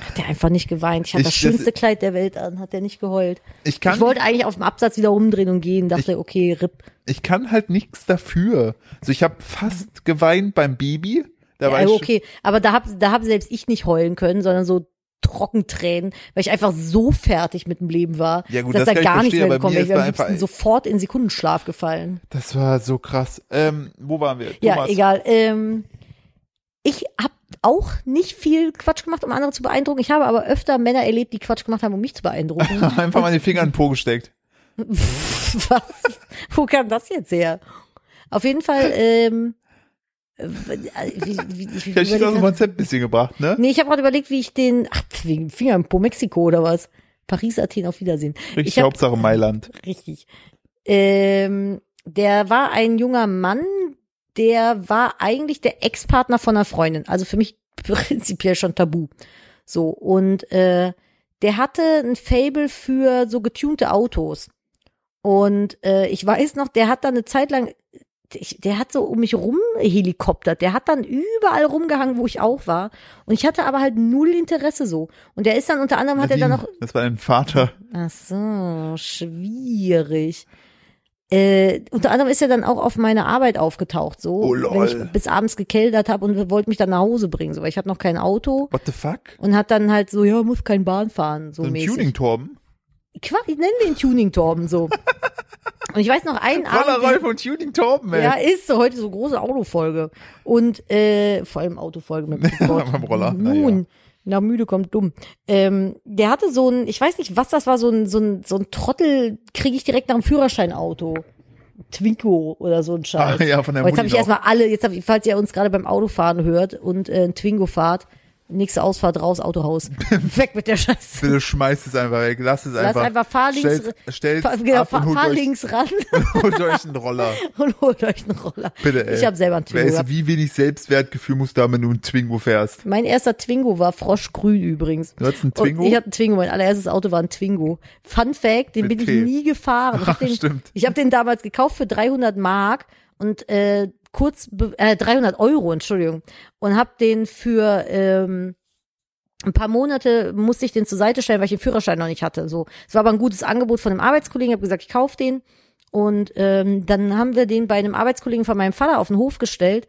Hat der einfach nicht geweint. Ich habe Ich- das schönste das- Kleid der Welt an, hat der nicht geheult. Ich kann, ich wollte eigentlich auf dem Absatz wieder rumdrehen und gehen, dachte, okay, RIP. ich kann halt nichts dafür. Also ich habe fast geweint beim Baby. Da war Ja, ich okay, aber da hab, da hab selbst ich nicht heulen können, sondern so Trockentränen, weil ich einfach so fertig mit dem Leben war, Ja, gut, dass das da kann ich gar nichts verstehen, mehr aber gekommen mir wäre. Ich ist wäre am da einfach- liebsten sofort in Sekundenschlaf gefallen. Das war so krass. Ähm, wo waren wir? Ja, Thomas. egal. Ähm, ich habe auch nicht viel Quatsch gemacht, um andere zu beeindrucken. Ich habe aber öfter Männer erlebt, die Quatsch gemacht haben, um mich zu beeindrucken. Einfach mal den Finger in den Po gesteckt. Was? Wo kam das jetzt her? Auf jeden Fall, ähm, äh, wie, wie, wie, wie Ich habe aus dem überlegt- Konzept ein bisschen gebracht, ne? nee, ich habe gerade überlegt, wie ich den, ach, wegen Finger im Po Mexiko oder was? Paris, Athen, auf Wiedersehen. Richtig, ich hab- Hauptsache Mailand. Richtig. Ähm, der war ein junger Mann, der war eigentlich der Ex-Partner von einer Freundin. Also für mich prinzipiell schon tabu. So, und äh, der hatte ein Fable für so getunte Autos. Und äh, ich weiß noch, der hat dann eine Zeit lang, ich, der hat so um mich rum helikoptert. Der hat dann überall rumgehangen, wo ich auch war. Und ich hatte aber halt null Interesse so. Und der ist dann unter anderem, hat er dann noch Nadine, Das war dein Vater. Ach so, schwierig. Äh, unter anderem ist er dann auch auf meine Arbeit aufgetaucht, so, Oh, lol. wenn ich bis abends gekeldert habe und wollte mich dann nach Hause bringen, so, weil ich hatte noch kein Auto What the fuck? und hat dann halt so, ja, muss kein Bahn fahren, so So ein mäßig. Tuning-Torben? Qua- Ich nenne den Tuning-Torben so. und ich weiß noch einen Roller Abend, Rolf und Tuning-Torben, ey. Ah, ja, ist so heute so große Autofolge. Und äh, vor allem Autofolge mit dem Wort. Beim Roller, na ja. Nun, na müde kommt dumm. Ähm, der hatte so ein, ich weiß nicht, was das war, so ein, so ein, so ein Trottel, kriege ich direkt nach dem Führerscheinauto. Twinko oder so ein Scheiß. Ah, ja, von der Aber Mutti jetzt habe ich noch. erstmal alle, jetzt hab ich, falls ihr uns gerade beim Autofahren hört und äh, ein Twingo fahrt, nächste Ausfahrt raus, Autohaus. Weg mit der Scheiße. Bitte schmeißt es einfach weg. Lass es Lass einfach. einfach fahr links, Stellt, stellt fahr, genau, ab und fahr, holt fahr euch, links ran holt euch einen Roller. und holt euch einen Roller. Bitte, ey. Ich habe selber einen Twingo Weißt gehabt. du, wie wenig Selbstwertgefühl musst du haben, wenn du einen Twingo fährst? Mein erster Twingo war Froschgrün übrigens. Du hattest einen Twingo? Und ich hatte einen Twingo, mein allererstes Auto war ein Twingo. Fun Fact, den Mit bin ich P. nie gefahren. Ich habe den, Stimmt. ich hab den damals gekauft für 300 Mark und äh, kurz, be- äh, 300 Euro, Entschuldigung. Und habe den für ähm, ein paar Monate, musste ich den zur Seite stellen, weil ich den Führerschein noch nicht hatte. So, Es war aber ein gutes Angebot von einem Arbeitskollegen. Ich habe gesagt, ich kaufe den. Und ähm, dann haben wir den bei einem Arbeitskollegen von meinem Vater auf den Hof gestellt.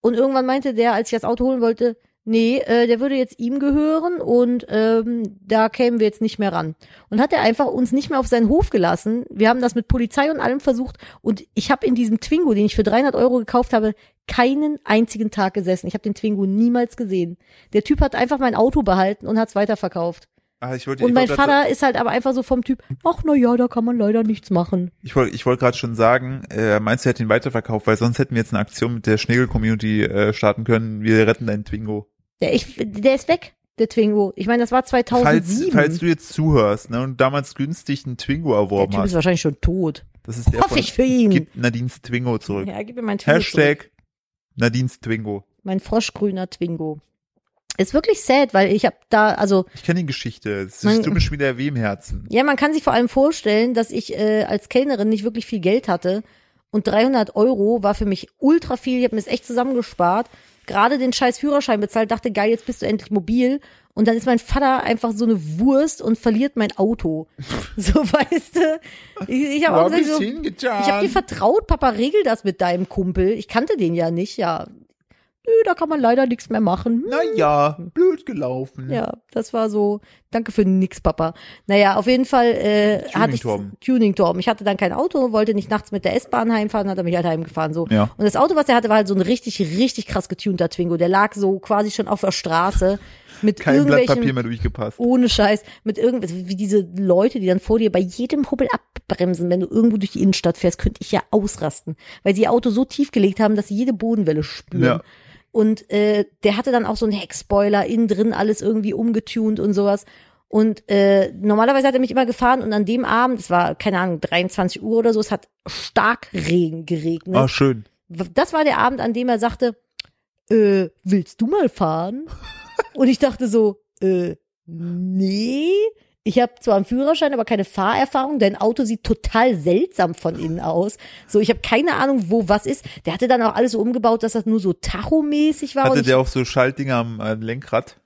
Und irgendwann meinte der, als ich das Auto holen wollte, nee, äh, der würde jetzt ihm gehören und ähm, da kämen wir jetzt nicht mehr ran. Und hat er einfach uns nicht mehr auf seinen Hof gelassen. Wir haben das mit Polizei und allem versucht und ich habe in diesem Twingo, den ich für 300 Euro gekauft habe, keinen einzigen Tag gesessen. Ich habe den Twingo niemals gesehen. Der Typ hat einfach mein Auto behalten und hat es weiterverkauft. Ah, ich wollte, Und ich mein wollte- Vater ist halt aber einfach so vom Typ, ach na ja, da kann man leider nichts machen. Ich wollte ich wollte gerade schon sagen, äh, meinst du, er hat ihn weiterverkauft, weil sonst hätten wir jetzt eine Aktion mit der Schnegel-Community äh, starten können. Wir retten deinen Twingo. Der, ich, der ist weg, der Twingo. Ich meine, das war Falls, 2007. falls du jetzt zuhörst ne, und damals günstig einen Twingo der erworben Typ ist hast, wahrscheinlich schon tot. das ist der Hoffe von ich für ihn. Gib Nadines Twingo zurück. Ja, gib mir mein Twingo. Zurück. Hashtag Nadines Twingo. Mein froschgrüner Twingo. Ist wirklich sad, weil ich habe da, also, Ich kenne die Geschichte. Es Mein- ist du bist wieder weh im Herzen. ja, man kann sich vor allem vorstellen, dass ich äh, als Kellnerin nicht wirklich viel Geld hatte. Und 300 Euro war für mich ultra viel. Ich habe mir das echt zusammengespart. Gerade den scheiß Führerschein bezahlt, dachte, geil, jetzt bist du endlich mobil. Und dann ist mein Vater einfach so eine Wurst und verliert mein Auto. So, weißt du? Ich, ich habe auch gesagt, so, hingetan? Ich habe dir vertraut, Papa, regel das mit deinem Kumpel. Ich kannte den ja nicht, ja. Nö, da kann man leider nichts mehr machen. Hm. Naja, blöd gelaufen. Ja, das war so, danke für nix, Papa. Naja, auf jeden Fall äh, hatte ich Tuning-Torben. Tuning-Torben. Ich hatte dann kein Auto, wollte nicht nachts mit der S-Bahn heimfahren, hat er mich halt heimgefahren. so. Ja. Und das Auto, was er hatte, war halt so ein richtig, richtig krass getunter Twingo. Der lag so quasi schon auf der Straße mit Kein Blatt Papier irgendwelchen mehr durchgepasst. ohne Scheiß, mit irgendwas, wie diese Leute, die dann vor dir bei jedem Hubbel abbremsen, wenn du irgendwo durch die Innenstadt fährst, könnte ich ja ausrasten, weil sie ihr Auto so tief gelegt haben, dass sie jede Bodenwelle spüren. Ja. Und äh, der hatte dann auch so einen Heckspoiler, innen drin alles irgendwie umgetunt und sowas. Und äh, normalerweise hat er mich immer gefahren und an dem Abend, es war, keine Ahnung, 23 Uhr oder so, es hat stark Regen geregnet. Ah, schön. Das war der Abend, an dem er sagte, äh, willst du mal fahren? Und ich dachte so, äh, nee. Ich habe zwar einen Führerschein, aber keine Fahrerfahrung. Dein Auto sieht total seltsam von innen aus. So, ich habe keine Ahnung, wo was ist. Der hatte dann auch alles so umgebaut, dass das nur so tachomäßig war. und Hatte ich, der auch so Schaltdinger am äh, Lenkrad?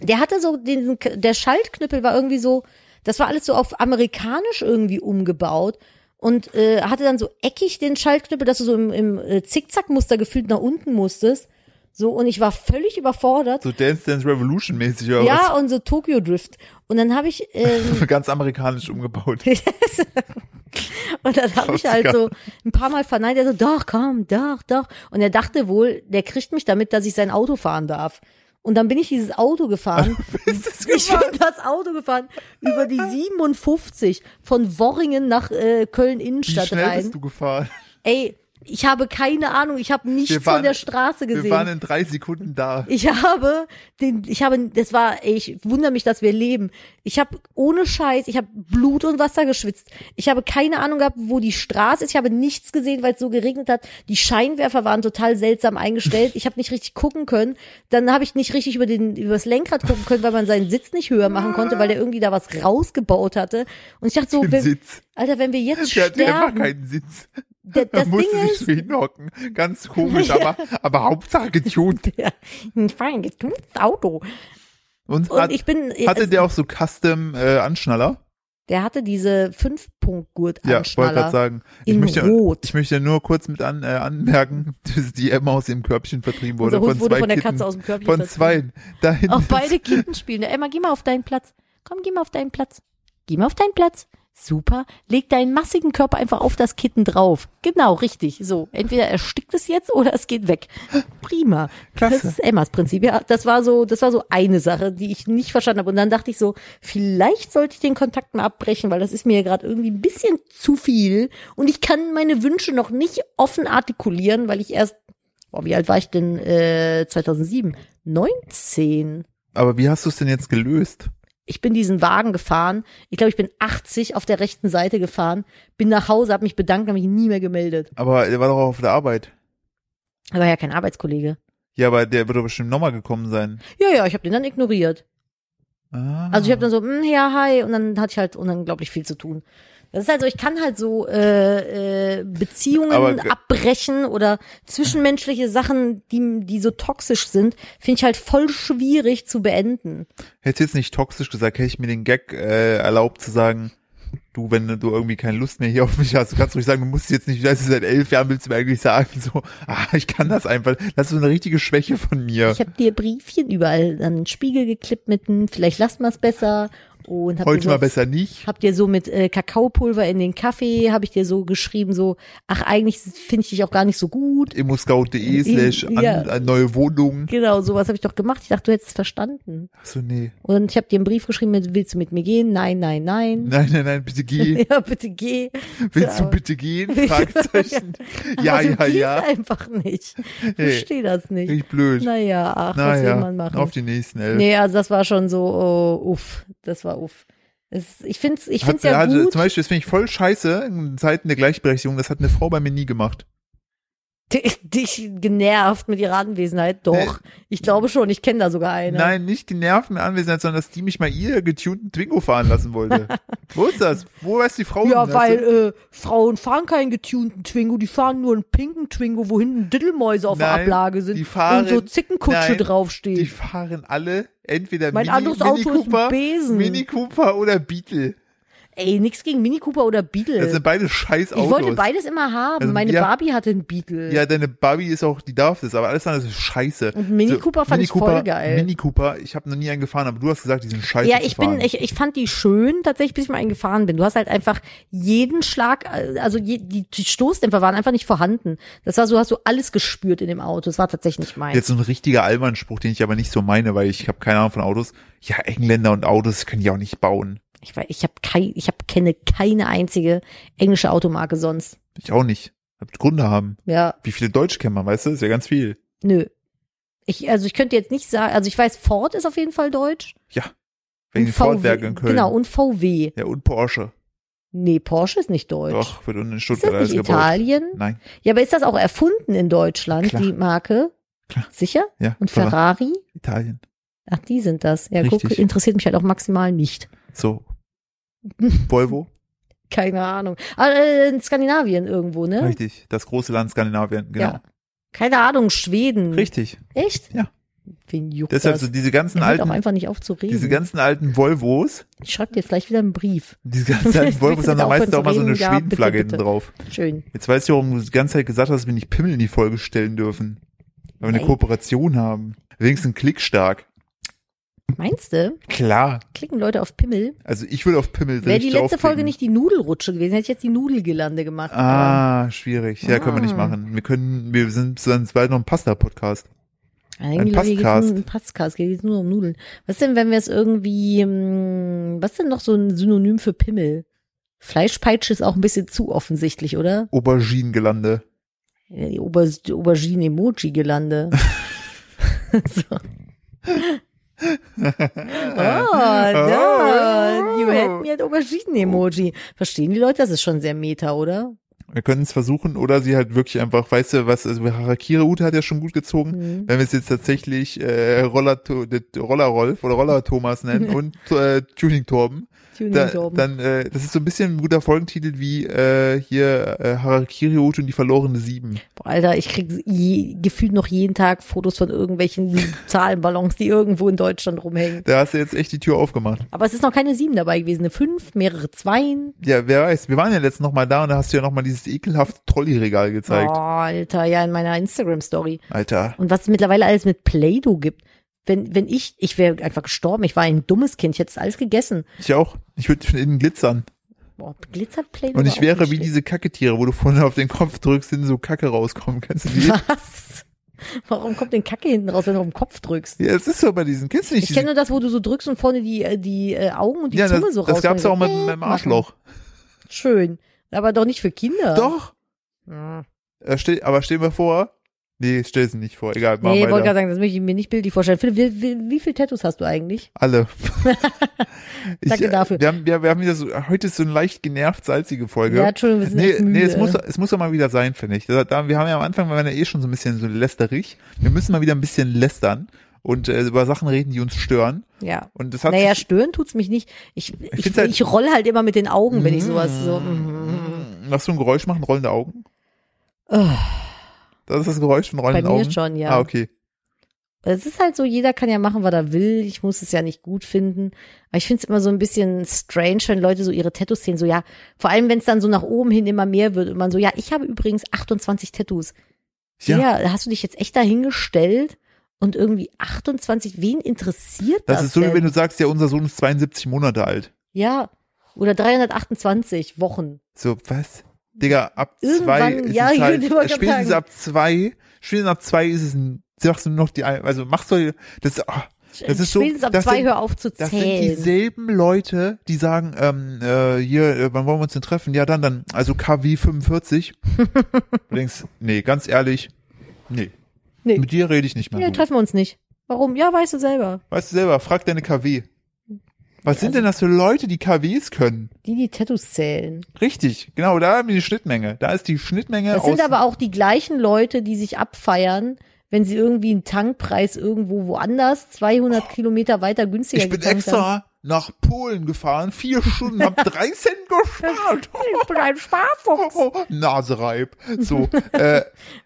der hatte so den, der Schaltknüppel war irgendwie so, das war alles so auf amerikanisch irgendwie umgebaut und äh, hatte dann so eckig den Schaltknüppel, dass du so im, im äh, Zickzackmuster gefühlt nach unten musstest. So, und ich war völlig überfordert. So Dance Dance Revolution mäßig oder ja, und so Tokyo Drift. Und dann habe ich, ähm, was? Ganz amerikanisch umgebaut. und dann habe ich halt so ein paar Mal verneint. Er so, doch, komm, doch, doch. Und er dachte wohl, der kriegt mich damit, dass ich sein Auto fahren darf. Und dann bin ich dieses Auto gefahren. Ich bin das Auto gefahren über die 57 von Worringen nach äh, Köln Wie Innenstadt schnell rein. bist du gefahren? Ey, ich habe keine Ahnung, ich habe nichts von der Straße Wir waren gesehen. in drei Sekunden da. Ich habe den ich habe das war ey, ich wundere mich, dass wir leben. Ich habe ohne Scheiß, ich habe Blut und Wasser geschwitzt. Ich habe keine Ahnung gehabt, wo die Straße ist. Ich habe nichts gesehen, weil es so geregnet hat. Die Scheinwerfer waren total seltsam eingestellt. Ich habe nicht richtig gucken können. Dann habe ich nicht richtig über den über das Lenkrad gucken können, weil man seinen Sitz nicht höher machen konnte, weil der irgendwie da was rausgebaut hatte. Und ich dachte so, Im wenn, Sitz. Alter, wenn wir jetzt Der hatte einfach sterben, keinen Sitz. der, Da das Ding musste sich ist, so hinhocken. Ganz komisch, aber, aber Hauptsache getuned. ja, ein fein getuntes Auto. Und, Und hat, ich bin hatte der auch so Custom äh, Anschnaller? Der hatte diese Ja, wollte gerade Fünf-Punkt-Gurt-Anschnaller sagen. Ich in möchte, Rot. ich möchte nur kurz mit an, äh, anmerken, dass die Emma aus ihrem Körbchen vertrieben wurde. Unser Hund von zwei Also wurde von der Kitten. Katze aus dem Körbchen Von vertrieben. zwei. Da hinten Auch ist- beide Kitten spielen. Emma, geh mal auf deinen Platz. Komm, geh mal auf deinen Platz. Geh mal auf deinen Platz. Super. Leg deinen massigen Körper einfach auf das Kitten drauf. Genau, richtig. So. Entweder erstickt es jetzt oder es geht weg. Prima. Klasse. Das ist Emmas Prinzip. Ja, das war so, das war so eine Sache, die ich nicht verstanden habe. Und dann dachte ich so, vielleicht sollte ich den Kontakt mal abbrechen, weil das ist mir gerade irgendwie ein bisschen zu viel. Und ich kann meine Wünsche noch nicht offen artikulieren, weil ich erst, boah, wie alt war ich denn, äh, 2007? 19. Aber wie hast du es denn jetzt gelöst? Ich bin diesen Wagen gefahren. Ich glaube, ich bin 80 auf der rechten Seite gefahren, bin nach Hause, habe mich bedankt, habe mich nie mehr gemeldet. Aber er war doch auf der Arbeit. Er war ja kein Arbeitskollege. Ja, aber der wird doch bestimmt nochmal gekommen sein. Ja, ja, ich habe den dann ignoriert. Ah. Also ich habe dann so, "Mm, ja, hi, und dann hatte ich halt unglaublich viel zu tun. Das ist halt so, ich kann halt so äh, äh, Beziehungen Aber ge- abbrechen oder zwischenmenschliche Sachen, die, die so toxisch sind, finde ich halt voll schwierig zu beenden. Hättest jetzt nicht toxisch gesagt, hätte ich mir den Gag äh, erlaubt zu sagen, du, wenn du irgendwie keine Lust mehr hier auf mich hast, kannst du ruhig sagen, du musst jetzt nicht, das ist seit elf Jahren, willst du mir eigentlich sagen, so, ah, ich kann das einfach, das ist so eine richtige Schwäche von mir. Ich habe dir Briefchen überall an den Spiegel geklippt mit, "Hm, vielleicht lasst mal es besser. Und hab dir Heute so, mal besser nicht. Hab dir so mit äh, Kakaopulver in den Kaffee, habe ich dir so geschrieben, so, ach, eigentlich finde ich dich auch gar nicht so gut. immoscout.de slash an- Ja. an neue Wohnung. Genau, sowas habe ich doch gemacht. Ich dachte, du hättest es verstanden. Ach so, nee. Und ich habe dir einen Brief geschrieben mit, willst du mit mir gehen? Nein, nein, nein. Nein, nein, nein, bitte geh. Ja, bitte geh. Willst So, du bitte gehen? Fragezeichen. Ja, aber du ja, gehst ja. einfach nicht. Ich Hey. verstehe das nicht. Richtig blöd. Naja, ach, was will man machen? auf die nächsten elf. nee, also das war schon so, oh, uff. Das war uff. Es, ich find's, ich find's ja hat, also gut. Zum Beispiel, das finde ich voll scheiße in Zeiten der Gleichberechtigung. Das hat eine Frau bei mir nie gemacht. Dich, dich genervt mit ihrer Anwesenheit. Doch, ich glaube schon. Ich kenne da sogar eine. Nein, nicht genervt mit Anwesenheit, sondern dass die mich mal ihr getunten Twingo fahren lassen wollte. Wo ist das? Wo weiß die Frau? Ja, denn das? weil äh, Frauen fahren keinen getunten Twingo, die fahren nur einen pinken Twingo, wo hinten Diddelmäuse auf der Nein, Ablage sind die fahren- und so Zickenkutsche nein, draufsteht. die fahren alle entweder Mein Mini, anderes Auto Mini ist ein Cooper, Besen. Mini Cooper oder Beetle. ey, nix gegen Mini Cooper oder Das Beetle. sind beide scheiß Äh, Ich Autos. wollte beides immer haben. Also, Meine ja. Barbie hatte einen Beetle. Ja, deine Barbie ist auch, die darf das, aber alles andere ist scheiße. Und Mini Cooper fand ich voll geil. Mini Cooper, ich habe noch nie einen gefahren, aber du hast gesagt, die sind scheiße Ja, zu ich bin, fahren. ich, ich fand die schön, tatsächlich, bis ich mal einen gefahren bin. Du hast halt einfach jeden Schlag, äh, also je, die, die Stoßdämpfer waren einfach nicht vorhanden. Das war so, hast du alles gespürt in dem Auto. Das war tatsächlich nicht meins. Jetzt so ein richtiger Allmann-Spruch, den ich aber nicht so meine, weil ich habe keine Ahnung von Autos. Ja, Engländer und Autos können die auch nicht bauen. Ich, weiß- ich habe kein, ich hab, kenne keine einzige englische Automarke sonst. Ich auch nicht. Habt Gründe haben. Ja, Wie viele Deutsche kennt man, weißt du? Ist ja ganz viel. nö. Ich, also ich könnte jetzt nicht sagen, also ich weiß, Ford ist auf jeden Fall deutsch. Ja. Wegen den Und VW Ford-Werke in Köln. Genau, und VW. Ja, und Porsche. Nee, Porsche ist nicht deutsch. Doch, wird unten in ist Stuttgart das alles nicht gebaut. Italien? Nein, Ja, aber ist das auch erfunden in Deutschland, Klar. die Marke? Klar. Sicher? ja. Und Ferrari. Ferrari? Italien. Ach, die sind das. Ja, guck, Richtig. interessiert mich halt auch maximal nicht. So. Volvo. Keine Ahnung. Ah, äh, in Skandinavien irgendwo, ne? Richtig. Das große Land Skandinavien. Genau. Ja. Keine Ahnung, Schweden. Richtig. Echt? Ja. Wen juckt Deshalb das? so diese ganzen Er hört auch alten, einfach nicht auf zu reden. diese ganzen alten Volvos, ich schreibe dir vielleicht wieder einen Brief. diese ganzen alten Willst du Volvos haben bitte da meistens aufhören auch mal so zu eine reden? Ja, bitte, Schwedenflagge bitte. hinten drauf. Schön. Jetzt weißt du, warum du die ganze Zeit gesagt hast, dass wir nicht Pimmel in die Folge stellen dürfen. Weil wir eine Nein. Kooperation haben. Wenigstens klickstark. Meinst du, Klar. klicken Leute auf Pimmel? Also ich würde auf Pimmel Wäre die richtig letzte draufklicken. Folge nicht die Nudelrutsche gewesen, hätte ich jetzt die Nudelgelande gemacht. Ah, schwierig. Ja, können wir nicht Ah. machen. Wir können, wir sind sonst bald noch ein Pasta-Podcast. Eigentlich Ein geht's Podcast. nur- Ein Podcast, geht jetzt nur um Nudeln. Was denn, wenn wir es irgendwie, hm, was denn noch so ein Synonym für Pimmel? Fleischpeitsche ist auch ein bisschen zu offensichtlich, oder? Auberginengelande. Äh, Die Auber Aubergine-Emoji-Gelande. so. Oh, no. you had me at Aubergine-Emoji. Verstehen die Leute? Das ist schon sehr meta, oder? Wir können es versuchen oder sie halt wirklich einfach, weißt du, was, also Harakiri Ute hat ja schon gut gezogen. Mhm. Wenn wir es jetzt tatsächlich äh, Roller, To- de- Roller Rolf oder Roller Thomas nennen und äh, Tuning Torben, Tuning da, Torben. dann äh, das ist so ein bisschen ein guter Folgentitel wie äh, hier äh, Harakiri Ute und die verlorene Sieben. Boah, Alter, ich krieg je, gefühlt noch jeden Tag Fotos von irgendwelchen Zahlenballons, die irgendwo in Deutschland rumhängen. Da hast du jetzt echt die Tür aufgemacht. Aber es ist noch keine sieben dabei gewesen, eine fünf, mehrere Zweien. Ja, wer weiß. Wir waren ja letztens noch mal da und da hast du ja noch mal dieses ekelhafte Trolley-Regal Oh, gezeigt. Alter, ja, in meiner Instagram-Story. Alter. Und was es mittlerweile alles mit Play-Doh gibt. Wenn, wenn ich, ich wäre einfach gestorben, ich war ein dummes Kind, ich hätte es alles gegessen. Ich auch. Ich würde von innen glitzern. Boah, glitzert Play-Doh. Und war ich auch wäre nicht wie schlecht. diese Kacketiere, wo du vorne auf den Kopf drückst, hin so Kacke rauskommen. Kennst du die? Was? Warum kommt denn Kacke hinten raus, wenn du auf den Kopf drückst? Ja, es ist so bei diesen. Kennst du nicht Ich kenne diese, nur das, wo du so drückst und vorne die, äh, die äh, Augen und die Ja, Zunge das, so raus. das gab's ja auch mit, mit dem Arschloch. Schön. Aber doch nicht für Kinder. Doch. Hm. Äh, stell, aber stell mir vor. Nee, stell sie nicht vor. Egal, mach Nee, wollte weiter. gerade sagen, das möchte ich mir nicht bildlich vorstellen. Philipp, wie, wie, wie viele Tattoos hast du eigentlich? Alle. ich, Danke äh, dafür. Wir haben, wir, wir haben wieder so, heute ist so eine leicht genervt salzige Folge. Ja, Entschuldigung, wir sind Nee, echt müde. nee es, muss, es muss doch mal wieder sein, finde ich. Da, da, wir haben ja am Anfang, wir waren ja eh schon so ein bisschen so lästerig. Wir müssen mal wieder ein bisschen lästern und äh, über Sachen reden, die uns stören. Ja. Und das hat Naja, sich, stören tut's mich nicht. Ich, ich, ich, find's halt- Mm. roll halt immer mit den Augen, wenn ich sowas so. Mhm. Lass du ein Geräusch machen, rollende Augen? Das ist das Geräusch von Bei rollenden mir Augen? schon, ja. Ah, okay. Es ist halt so, jeder kann ja machen, was er will. Ich muss es ja nicht gut finden. Aber ich finde es immer so ein bisschen strange, wenn Leute so ihre Tattoos sehen. So, ja, vor allem, wenn es dann so nach oben hin immer mehr wird und man so, ja, ich habe übrigens 28 Tattoos. Ja, Ja, hast du dich jetzt echt dahingestellt und irgendwie 28, wen interessiert das? das ist so, denn? wie wenn du sagst, ja, unser Sohn ist 72 Monate alt. Ja. Oder 328 Wochen. So, was? Digga, ab zwei Irgendwann- ist ja, es ich halt, wollte gerade spätestens sagen. ab zwei, spätestens ab zwei ist es ein, sagst du nur noch die, ein- also machst du, das, ah, das ist so, Spätestens ab das zwei sind, hör auf zu das sind zählen. dieselben Leute, die sagen, ähm, äh, hier, äh, wann wollen wir uns denn treffen? Ja, dann, dann, also KW 45. du denkst, nee, ganz ehrlich, nee. Nee. Mit dir rede ich nicht mehr. ja, du. treffen wir uns nicht. Warum? Ja, weißt du selber. Weißt du selber, frag deine KW. Was sind denn das also für Leute, die KWs können? Die, die Tattoos zählen. Richtig, genau, da haben wir die Schnittmenge. Da ist die Schnittmenge Das aus. sind aber auch die gleichen Leute, die sich abfeiern, wenn sie irgendwie einen Tankpreis irgendwo woanders, 200 Kilometer weiter günstiger ich bin getankt haben. extra nach Polen gefahren, vier Stunden, hab drei Cent gespart. Ich bin ein Sparfuchs Nasereib. So, äh,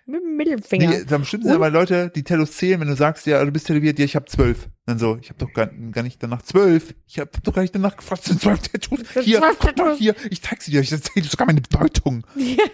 mit dem Mittelfinger. nee, am schlimmsten sind aber Leute, die Tellos zählen, wenn du sagst, ja, du bist tätowiert, ja, ich hab zwölf. Dann so, ich habe doch gar, gar nicht danach zwölf. Ich habe doch gar nicht danach gefragt, sind zwölf Tattoos. Hier, guck mal hier, ich zeig's dir, ich erzähle sogar meine Bedeutung.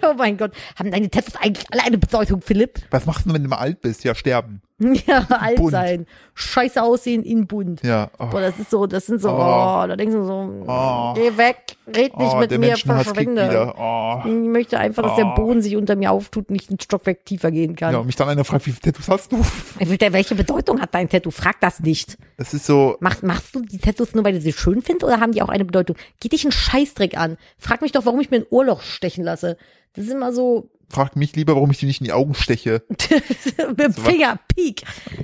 oh mein Gott. Haben deine Tattoos eigentlich alle eine Bedeutung, Philipp? Was machst du, wenn du mal alt bist? Ja, sterben. Ja, alt Bunt. sein. Scheiße aussehen in bunt. Ja. Oh. Boah, das ist so, das sind so, oh, Oh. da denkst du so, Oh. geh weg, red nicht Oh, mit der mir, Menschenhass kickt verschwinde. wieder. Oh. Ich möchte einfach, dass der Oh. Boden sich unter mir auftut und ich einen Stockwerk tiefer gehen kann. Ja, und mich dann einer fragt, wie viele Tattoos hast du? Ey, Wilter, Äh, Welche Bedeutung hat dein Tattoo? Frag das nicht. Das ist so, Mach, machst du die Tattoos nur, weil du sie schön findest oder haben die auch eine Bedeutung? Geht dich ein Scheißdreck an. Frag mich doch, warum ich mir ein Ohrloch stechen lasse. Das ist immer so frag mich lieber, warum ich dir nicht in die Augen steche. mit dem Finger, Peak.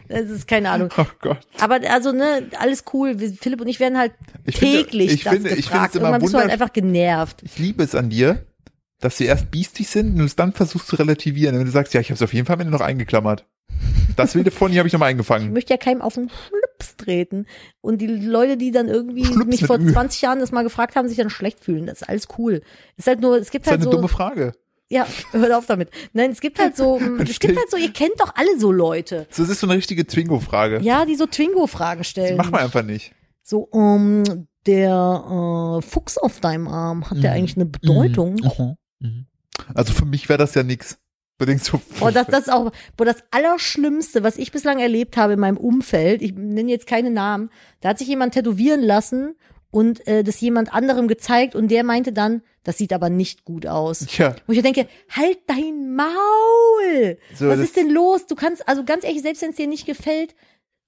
Das ist keine Ahnung. Oh Gott. Aber also, ne, alles cool. Wir, Philipp und ich werden halt Ich finde- täglich ich das finde- ich gefragt. finde es immer Irgendwann bist du halt wunder- einfach genervt. Ich liebe es an dir, dass wir erst biestig sind und es dann versuchst zu relativieren. Wenn du sagst, ja, ich habe es auf jeden Fall am Ende noch eingeklammert. Das wilde Pony habe ich noch mal Ich eingefangen. möchte ja keinem auf den Schlips treten. Und die Leute, die dann irgendwie Schlips mich mit vor Ü. 20 Jahren das mal gefragt haben, sich dann schlecht fühlen. Das ist alles cool. Ist halt nur, es gibt Das ist halt eine so. dumme Frage. Ja, hört auf damit. Nein, es gibt halt so, es gibt Verstehe. halt so, ihr kennt doch alle so Leute. So, Das ist so eine richtige Twingo-Frage. Ja, die so Twingo-Fragen Die stellen. machen wir einfach nicht. So, ähm, der äh, Fuchs auf deinem Arm, hat der Mhm. eigentlich eine Bedeutung? Mhm. Aha. Mhm. Also für mich wäre das ja nix. Du denkst so, Oh, das, das ist auch, boah, das Allerschlimmste, was ich bislang erlebt habe in meinem Umfeld, ich nenne jetzt keine Namen, da hat sich jemand tätowieren lassen und äh, das jemand anderem gezeigt und der meinte dann, das sieht aber nicht gut aus. Tja, Wo ich denke, halt dein Maul! So, Was das- ist denn los? Du kannst, also ganz ehrlich, selbst wenn es dir nicht gefällt,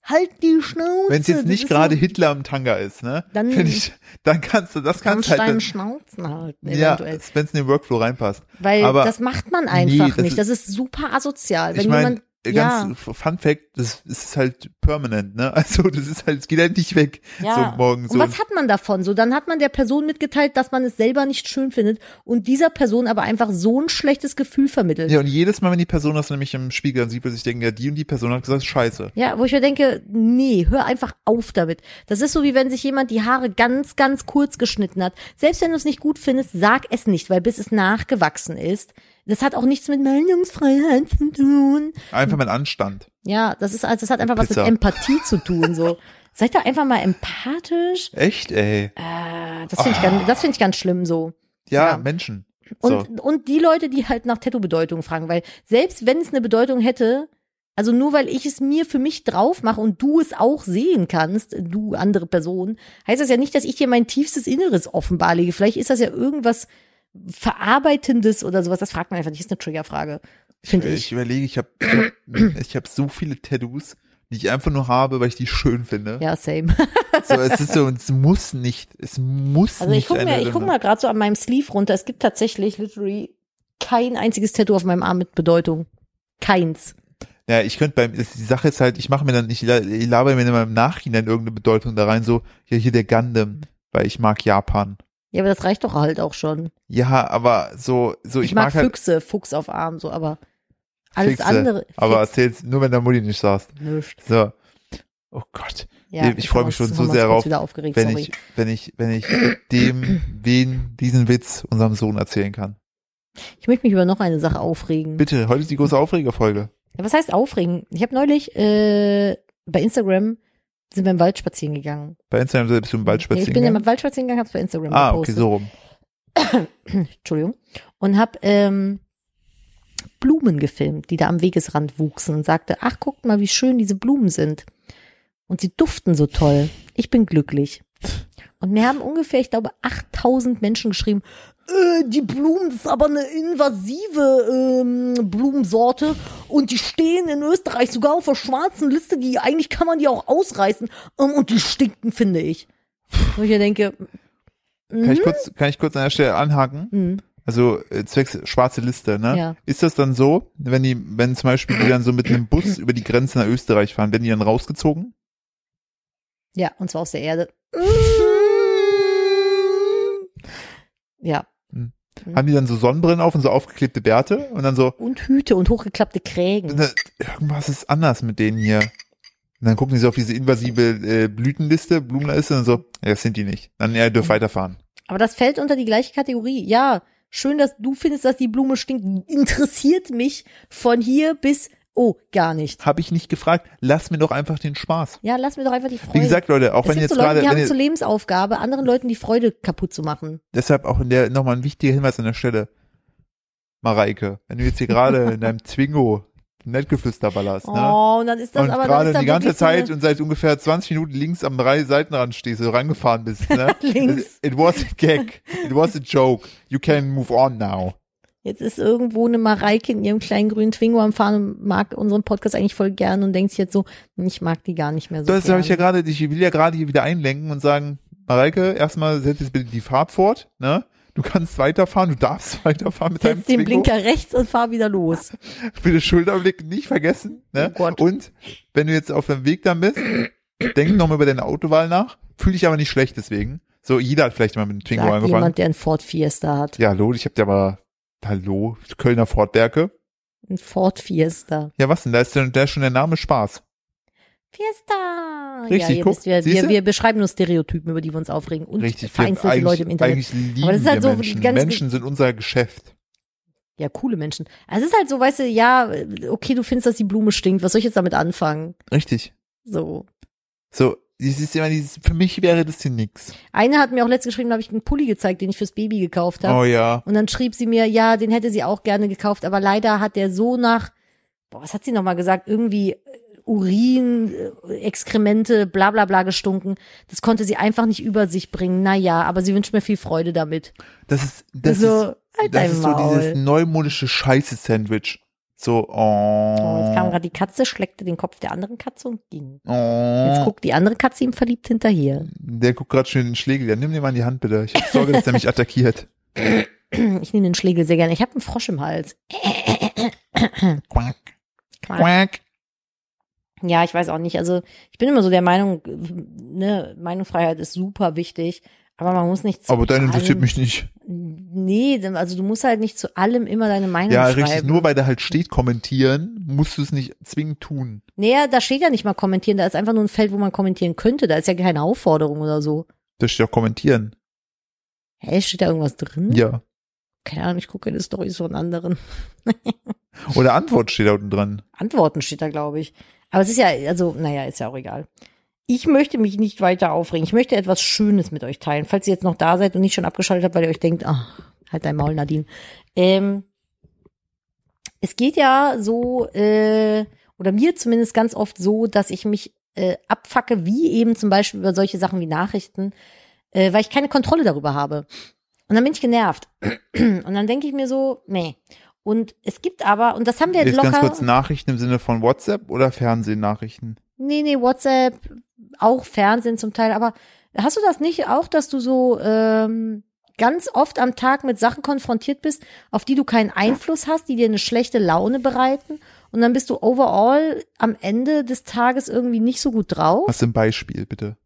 halt die Schnauze. wenn es jetzt Das nicht ist so- gerade Hitler im Tanga ist, ne? Dann- Find ich, dann kannst du, das kannst kannst halt. deinen dann- Schnauzen halten, Ja, eventuell. wenn es in den Workflow reinpasst. Weil aber das macht man einfach Nee, das nicht. ist- das ist super asozial. Wenn ich meine, jemand, ja, ganz Fun Fact, das ist halt permanent, ne? Also das ist halt, es geht halt nicht weg. ja. So morgen Und so. was hat man davon? So, dann hat man der Person mitgeteilt, dass man es selber nicht schön findet und dieser Person aber einfach so ein schlechtes Gefühl vermittelt. Ja. Ja, und jedes Mal, wenn die Person das nämlich im Spiegel sieht, wird sich denken, ja, die und die Person hat gesagt, scheiße. wo ich mir denke, nee, hör einfach auf damit. Das ist so, wie wenn sich jemand die Haare ganz, ganz kurz geschnitten hat. Selbst wenn du es nicht gut findest, sag es nicht, weil bis es nachgewachsen ist, das hat auch nichts mit Meinungsfreiheit zu tun. Einfach mein Anstand. Ja, das ist, also das hat einfach was mit Pizza. Empathie zu tun, so. Seid doch einfach mal empathisch. Echt, ey. Äh, Das finde ich, Ah. ganz- das finde ich ganz schlimm so. Ja, Ja. Menschen. So. Und, und die Leute, die halt nach Tattoo-Bedeutung fragen, weil selbst wenn es eine Bedeutung hätte, also nur weil ich es mir für mich drauf mache und du es auch sehen kannst, du andere Person, heißt das ja nicht, dass ich dir mein tiefstes Inneres offenbarlege. Vielleicht ist das ja irgendwas Verarbeitendes oder sowas. Das fragt man einfach nicht. ist eine Triggerfrage, finde Äh, ich ich. überlege, ich habe ich hab, ich hab so viele Tattoos, die ich einfach nur habe, weil ich die schön finde. Ja, same. So, es ist so, es muss nicht, es muss Also ich nicht. gucke mir, eine- ich guck mal gerade so an meinem Sleeve runter. Es gibt tatsächlich literally kein einziges Tattoo auf meinem Arm mit Bedeutung. Keins. Ja, ich könnte beim, es- die Sache ist halt, ich mache mir dann, ich la- ich laber mir dann im Nachhinein irgendeine Bedeutung da rein, so, ja, hier der Gundam, weil ich mag Japan. Ja, aber das reicht doch halt auch schon. Ja, aber so, so, Ich, ich, mag, halt Füchse, Fuchs auf Arm, so, aber alles Füchse, andere. Aber erzähl's nur, wenn der Mutti nicht saß. Fick, nischt. So. Oh Gott. Ja, ich freu mich schon jetzt so haben wir uns sehr kurz drauf, Wieder aufgeregt, Wenn sorry. ich, wenn ich, wenn ich dem, wen diesen Witz unserem Sohn erzählen kann. Ich möchte mich über noch eine Sache aufregen. Bitte, heute ist die große Aufregerfolge. Ja, was heißt aufregen? Ich habe neulich äh, bei Instagram sind wir im Wald spazieren gegangen. Bei Instagram selbst im Wald Ja, ich bin spazieren. im Wald spazieren gegangen, hab's bei Instagram ah, okay, gepostet. so rum. Entschuldigung, und habe ähm, Blumen gefilmt, die da am Wegesrand wuchsen und sagte, ach, guckt mal, wie schön diese Blumen sind. Und sie duften so toll. Ich bin glücklich. Und mir haben ungefähr, ich glaube, 8000 Menschen geschrieben, äh, die Blumen, das ist aber eine invasive ähm, Blumensorte und die stehen in Österreich sogar auf der schwarzen Liste, die eigentlich kann man die auch ausreißen ähm, und die stinken, finde ich. Wo ich ja denke, Kann Mhm. ich kurz, kann ich kurz an der Stelle anhaken? hm, Also, äh, zwecks schwarze Liste, ne? Ja. Ist das dann so, wenn die, wenn zum Beispiel die dann so mit einem Bus über die Grenze nach Österreich fahren, werden die dann rausgezogen? Mhm. ja, und zwar aus der Erde. Ja. Haben die dann so Sonnenbrillen auf und so aufgeklebte Bärte und dann so, Und Hüte und hochgeklappte Krägen. ne, irgendwas ist anders mit denen hier. Und dann gucken die so auf diese invasive äh, Blütenliste, Blumenliste und so, ja, das sind die nicht. Dann, ja, ihr Mhm. dürft weiterfahren. Aber das fällt unter die gleiche Kategorie. Ja, schön, dass du findest, dass die Blume stinkt. Interessiert mich von hier bis Oh, gar nicht. Habe ich nicht gefragt. Lass mir doch einfach den Spaß. Ja, lass mir doch einfach die Freude. Wie gesagt, Leute, auch es wenn jetzt gibt so Leute, gerade, die wenn haben ihr, zur Lebensaufgabe, anderen Leuten die Freude kaputt zu machen. deshalb auch in der, nochmal ein wichtiger Hinweis an der Stelle. Mareike, wenn du jetzt hier gerade in deinem Zwingo Nettgeflüster ballerst, ne? Oh, und dann ist das und aber dann gerade ist da die ganze wirklich so eine- Zeit und seit ungefähr 20 Minuten links am Rei- Seitenrand stehst, du rangefahren bist, ne? Links. It, it was a gag. It was a joke. You can move on now. Jetzt ist irgendwo eine Mareike in ihrem kleinen grünen Twingo am Fahren und mag unseren Podcast eigentlich voll gern und denkt sich jetzt so, hm, ich mag die gar nicht mehr so. Das gern. habe ich ja gerade, ich will ja gerade hier wieder einlenken und sagen, Mareike, erstmal setz jetzt bitte die Fahrt fort, ne? Du kannst weiterfahren, du darfst weiterfahren mit deinem Setz den Twingo. Blinker rechts und fahr wieder los. Bitte Schulterblick nicht vergessen, ne? Oh Gott. Und wenn du jetzt auf deinem Weg dann bist, denk nochmal über deine Autowahl nach, fühl dich aber nicht schlecht deswegen. So, jeder hat vielleicht mal mit dem Twingo Sagt angefangen. jemand, der einen Ford Fiesta hat. Ja, hallo, ich hab dir aber, hallo, Kölner Fortwerke. Ein Ford Fiesta. Ja, was denn, da ist denn, da ist schon der Name Spaß. Fiesta! ja, Richtig, ihr guck, wisst, wir, siehst wir, du? wir beschreiben nur Stereotypen, über die wir uns aufregen und Richtig, wir vereinzelte eigentlich, Leute im Internet. eigentlich lieben Aber das ist halt wir so, die Menschen. ganze- Menschen sind unser Geschäft. Ja, coole Menschen. Also es ist halt so, weißt du, ja, okay, du findest, dass die Blume stinkt. Was soll ich jetzt damit anfangen? Richtig. So. So, dieses ist immer dieses, für mich wäre das hier nix. Eine hat mir auch letztens geschrieben, da habe ich einen Pulli gezeigt, den ich fürs Baby gekauft habe. Oh ja. Und dann schrieb sie mir, ja, den hätte sie auch gerne gekauft, aber leider hat der so nach, boah, was hat sie nochmal gesagt? Irgendwie äh, Urin, äh, Exkremente, bla bla bla gestunken. Das konnte sie einfach nicht über sich bringen. Naja, aber sie wünscht mir viel Freude damit. Das ist, das also, ist, halt das dein ist so Maul. dieses neumodische Scheiße-Sandwich. So, oh, jetzt kam oh. gerade die Katze, schleckte den Kopf der anderen Katze und ging. Jetzt oh. guckt die andere Katze ihm verliebt hinterher. Der guckt gerade schon in den Schlägel. Ja, nimm den mal in die Hand, bitte. Ich hab Sorge, dass er mich attackiert. Ich nehme den Schlägel sehr gerne. Ich habe einen Frosch im Hals. Quack, Quark. quack. Ja, ich weiß auch nicht. Also ich bin immer so der Meinung, ne, Meinungsfreiheit ist super wichtig, aber man muss nicht zu Aber dein allem, interessiert mich nicht. Nee, denn- also du musst halt nicht zu allem immer deine Meinung Ja, schreiben. richtig. Nur weil da halt steht kommentieren, musst du es nicht zwingend tun. Nee, da steht ja nicht mal kommentieren, da ist einfach nur ein Feld, wo man kommentieren könnte. Da ist ja keine Aufforderung oder so. Da steht auch kommentieren. Hä, steht da irgendwas drin? Ja. Keine Ahnung, ich gucke keine Storys von anderen. Oder Antwort steht da unten dran. Antworten steht da, glaube ich. Aber es ist ja, also, naja, ist ja auch egal. Ich möchte mich nicht weiter aufregen. Ich möchte etwas Schönes mit euch teilen. Falls ihr jetzt noch da seid und nicht schon abgeschaltet habt, weil ihr euch denkt, ach, halt dein Maul, Nadine. Ähm, es geht ja so, äh, oder mir zumindest ganz oft so, dass ich mich äh, abfacke, wie eben zum Beispiel über solche Sachen wie Nachrichten, äh, weil ich keine Kontrolle darüber habe. Und dann bin ich genervt. Und dann denke ich mir so, nee. Und es gibt aber, und das haben wir Jetzt locker. ganz kurz Nachrichten im Sinne von WhatsApp oder Fernsehnachrichten? Nee, nee, WhatsApp, auch Fernsehen zum Teil, aber hast du das nicht auch, dass du so ähm, ganz oft am Tag mit Sachen konfrontiert bist, auf die du keinen Einfluss hast, die dir eine schlechte Laune bereiten und dann bist du overall am Ende des Tages irgendwie nicht so gut drauf? Was im Beispiel, bitte?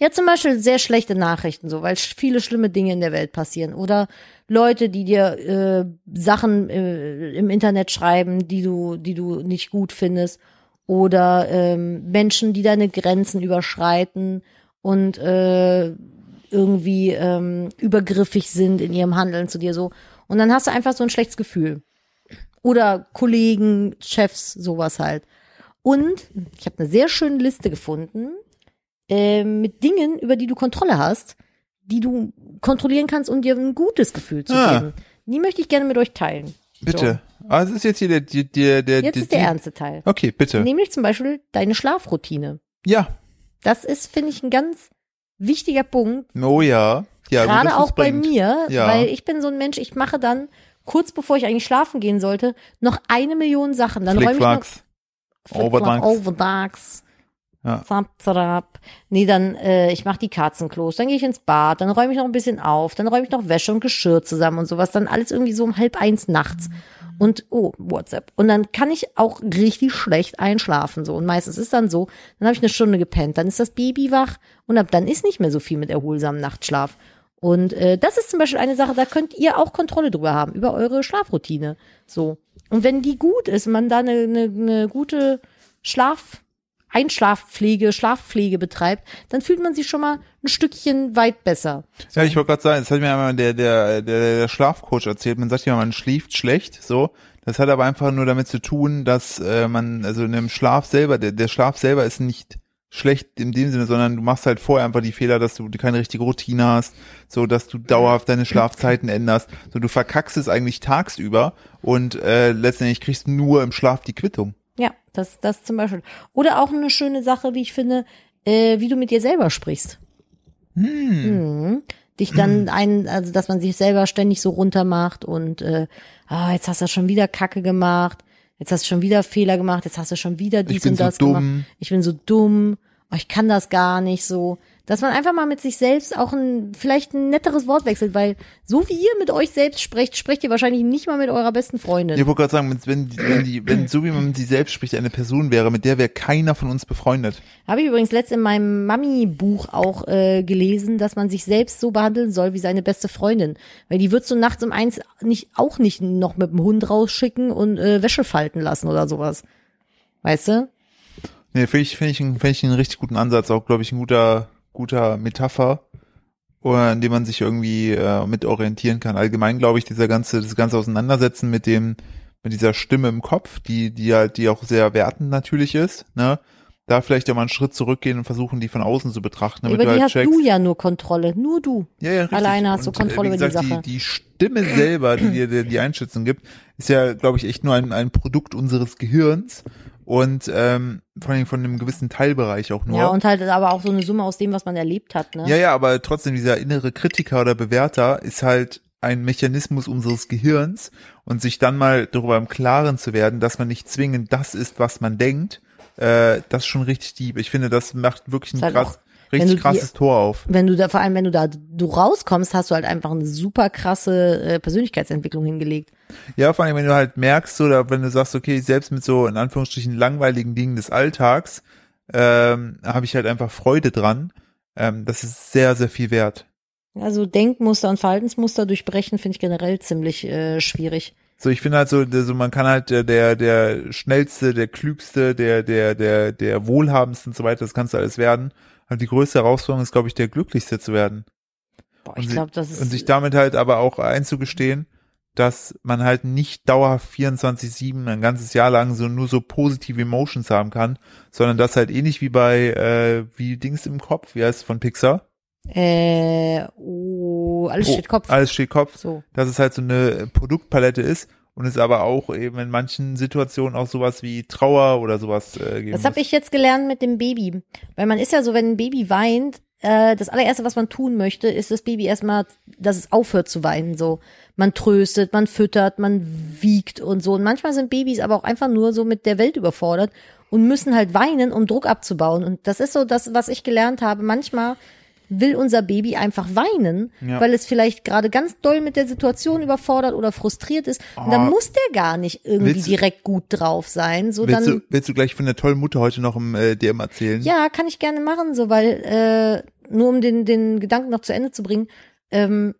Ja, zum Beispiel sehr schlechte Nachrichten, so, weil sch- viele schlimme Dinge in der Welt passieren. Oder Leute, die dir äh, Sachen äh, im Internet schreiben, die du, die du nicht gut findest. Oder ähm, Menschen, die deine Grenzen überschreiten und äh, irgendwie ähm, übergriffig sind in ihrem Handeln zu dir so. Und dann hast du einfach so ein schlechtes Gefühl. Oder Kollegen, Chefs, sowas halt. Und ich habe eine sehr schöne Liste gefunden ähm, mit Dingen, über die du Kontrolle hast, die du kontrollieren kannst, um dir ein gutes Gefühl zu Ah. geben. Die möchte ich gerne mit euch teilen. Bitte. Ah, es ist jetzt hier der, der, der, der Jetzt die- ist der die- ernste Teil. Okay, bitte. Nämlich zum Beispiel deine Schlafroutine. Ja. Das ist, finde ich, ein ganz wichtiger Punkt, Oh ja. Ja, gut, dass Gerade du's auch bei bringst. mir, Ja. weil ich bin so ein Mensch, ich mache dann kurz bevor ich eigentlich schlafen gehen sollte, noch eine Million Sachen. Dann räume ich noch Flickflacks. Oh, Overdanks. Overdags. Ja. Zap, zap. Nee, dann, äh, ich mache die Katzenklos, dann gehe ich ins Bad, dann räume ich noch ein bisschen auf, dann räume ich noch Wäsche und Geschirr zusammen und sowas. Dann alles irgendwie so um halb eins nachts. Und, oh, WhatsApp. Und dann kann ich auch richtig schlecht einschlafen. so. Und meistens ist dann so, dann habe ich eine Stunde gepennt, dann ist das Baby wach und ab dann ist nicht mehr so viel mit erholsamem Nachtschlaf. Und äh, das ist zum Beispiel eine Sache, da könnt ihr auch Kontrolle drüber haben, über eure Schlafroutine. So. Und wenn die gut ist, man da eine, eine, eine gute Schlaf, Einschlafpflege, Schlafpflege betreibt, dann fühlt man sich schon mal ein Stückchen weit besser. Ja, ich wollte gerade sagen, das hat mir einmal der, der, der, der Schlafcoach erzählt. Man sagt ja, man schläft schlecht, so. Das hat aber einfach nur damit zu tun, dass äh, man, also in dem Schlaf selber, der, der Schlaf selber ist nicht schlecht in dem Sinne, sondern du machst halt vorher einfach die Fehler, dass du keine richtige Routine hast, so dass du dauerhaft deine Schlafzeiten änderst. So du verkackst es eigentlich tagsüber und äh, letztendlich kriegst du nur im Schlaf die Quittung. Ja, das, das zum Beispiel. Oder auch eine schöne Sache, wie ich finde, äh, wie du mit dir selber sprichst. Hm. Mhm. Dich dann ein, also dass man sich selber ständig so runter macht und äh, ah, jetzt hast du schon wieder Kacke gemacht, jetzt hast du schon wieder Fehler gemacht, jetzt hast du schon wieder dies Ich bin und so das gemacht. dumm. Ich bin so dumm, oh, ich kann das gar nicht so. Dass man einfach mal mit sich selbst auch ein, vielleicht ein netteres Wort wechselt, weil so wie ihr mit euch selbst sprecht, sprecht ihr wahrscheinlich nicht mal mit eurer besten Freundin. Ich wollte gerade sagen, wenn, wenn, die- wenn, die, wenn so wie man mit sich selbst spricht, eine Person wäre, mit der wäre keiner von uns befreundet. Habe ich übrigens letzt in meinem Mami-Buch auch äh, gelesen, dass man sich selbst so behandeln soll wie seine beste Freundin. Weil die würdest du nachts um eins nicht, auch nicht noch mit dem Hund rausschicken und äh, Wäsche falten lassen oder sowas. Weißt du? Nee, finde ich, finde ich, einen- finde ich einen richtig guten Ansatz, auch glaube ich ein guter, guter Metapher, oder an dem man sich irgendwie äh, mit orientieren kann. Allgemein glaube ich, dieser ganze, das ganze Auseinandersetzen mit dem, mit dieser Stimme im Kopf, die, die halt, die auch sehr wertend natürlich ist, ne? Da vielleicht auch mal einen Schritt zurückgehen und versuchen, die von außen zu betrachten, damit Über du die halt hast checkst. du ja nur Kontrolle. Nur du. Ja, ja, richtig. Alleine hast du Und, Kontrolle äh, wie über die gesagt, Sache. Die, die Stimme selber, die dir die, die Einschätzung gibt, ist ja, glaube ich, echt nur ein, ein Produkt unseres Gehirns und ähm, vor allem von einem gewissen Teilbereich auch nur. Ja, und halt aber auch so eine Summe aus dem, was man erlebt hat. Ne? ja, ja, aber trotzdem, dieser innere Kritiker oder Bewerter ist halt ein Mechanismus unseres Gehirns und sich dann mal darüber im Klaren zu werden, dass man nicht zwingend das ist, was man denkt, äh, das ist schon richtig deep. Ich finde, das macht wirklich ein Ist halt krass, auch, wenn richtig du die- krasses Tor auf. Wenn du da, vor allem wenn du da du rauskommst, hast du halt einfach eine super krasse äh, Persönlichkeitsentwicklung hingelegt. Ja, vor allem, wenn du halt merkst oder wenn du sagst, okay, selbst mit so in Anführungsstrichen langweiligen Dingen des Alltags ähm, habe ich halt einfach Freude dran. Ähm, das ist sehr, sehr viel wert. Also Denkmuster und Verhaltensmuster durchbrechen finde ich generell ziemlich äh, schwierig. So, ich finde halt so, der- so man kann halt der, der, der schnellste, der klügste, der, der, der, der wohlhabendste und so weiter, das kannst du alles werden. Aber die größte Herausforderung ist, glaube ich, der glücklichste zu werden. Boah, Und ich sie- glaube, das ist Und sich damit halt aber auch einzugestehen, dass man halt nicht dauerhaft 24-7 ein ganzes Jahr lang so nur so positive Emotions haben kann, sondern das halt ähnlich wie bei, äh, wie Dings im Kopf, wie heißt es von Pixar? äh, oh, alles Pro- steht Kopf. Alles steht Kopf, so. dass es halt so eine Produktpalette ist und es aber auch eben in manchen Situationen auch sowas wie Trauer oder sowas äh, geben Das habe muss. ich jetzt gelernt mit dem Baby. Weil man ist ja so, wenn ein Baby weint, äh, das allererste, was man tun möchte, ist das Baby erstmal, dass es aufhört zu weinen. So, man tröstet, man füttert, man wiegt und so. Und manchmal sind Babys aber auch einfach nur so mit der Welt überfordert und müssen halt weinen, um Druck abzubauen. Und das ist so das, was ich gelernt habe. Manchmal will unser Baby einfach weinen, Ja. weil es vielleicht gerade ganz doll mit der Situation überfordert oder frustriert ist. Und dann Oh. muss der gar nicht irgendwie Willst du- direkt gut drauf sein. So willst, dann du, willst du gleich von der tollen Mutter heute noch im äh, DM erzählen? ja, kann ich gerne machen, so weil äh, nur um den den Gedanken noch zu Ende zu bringen. Ähm,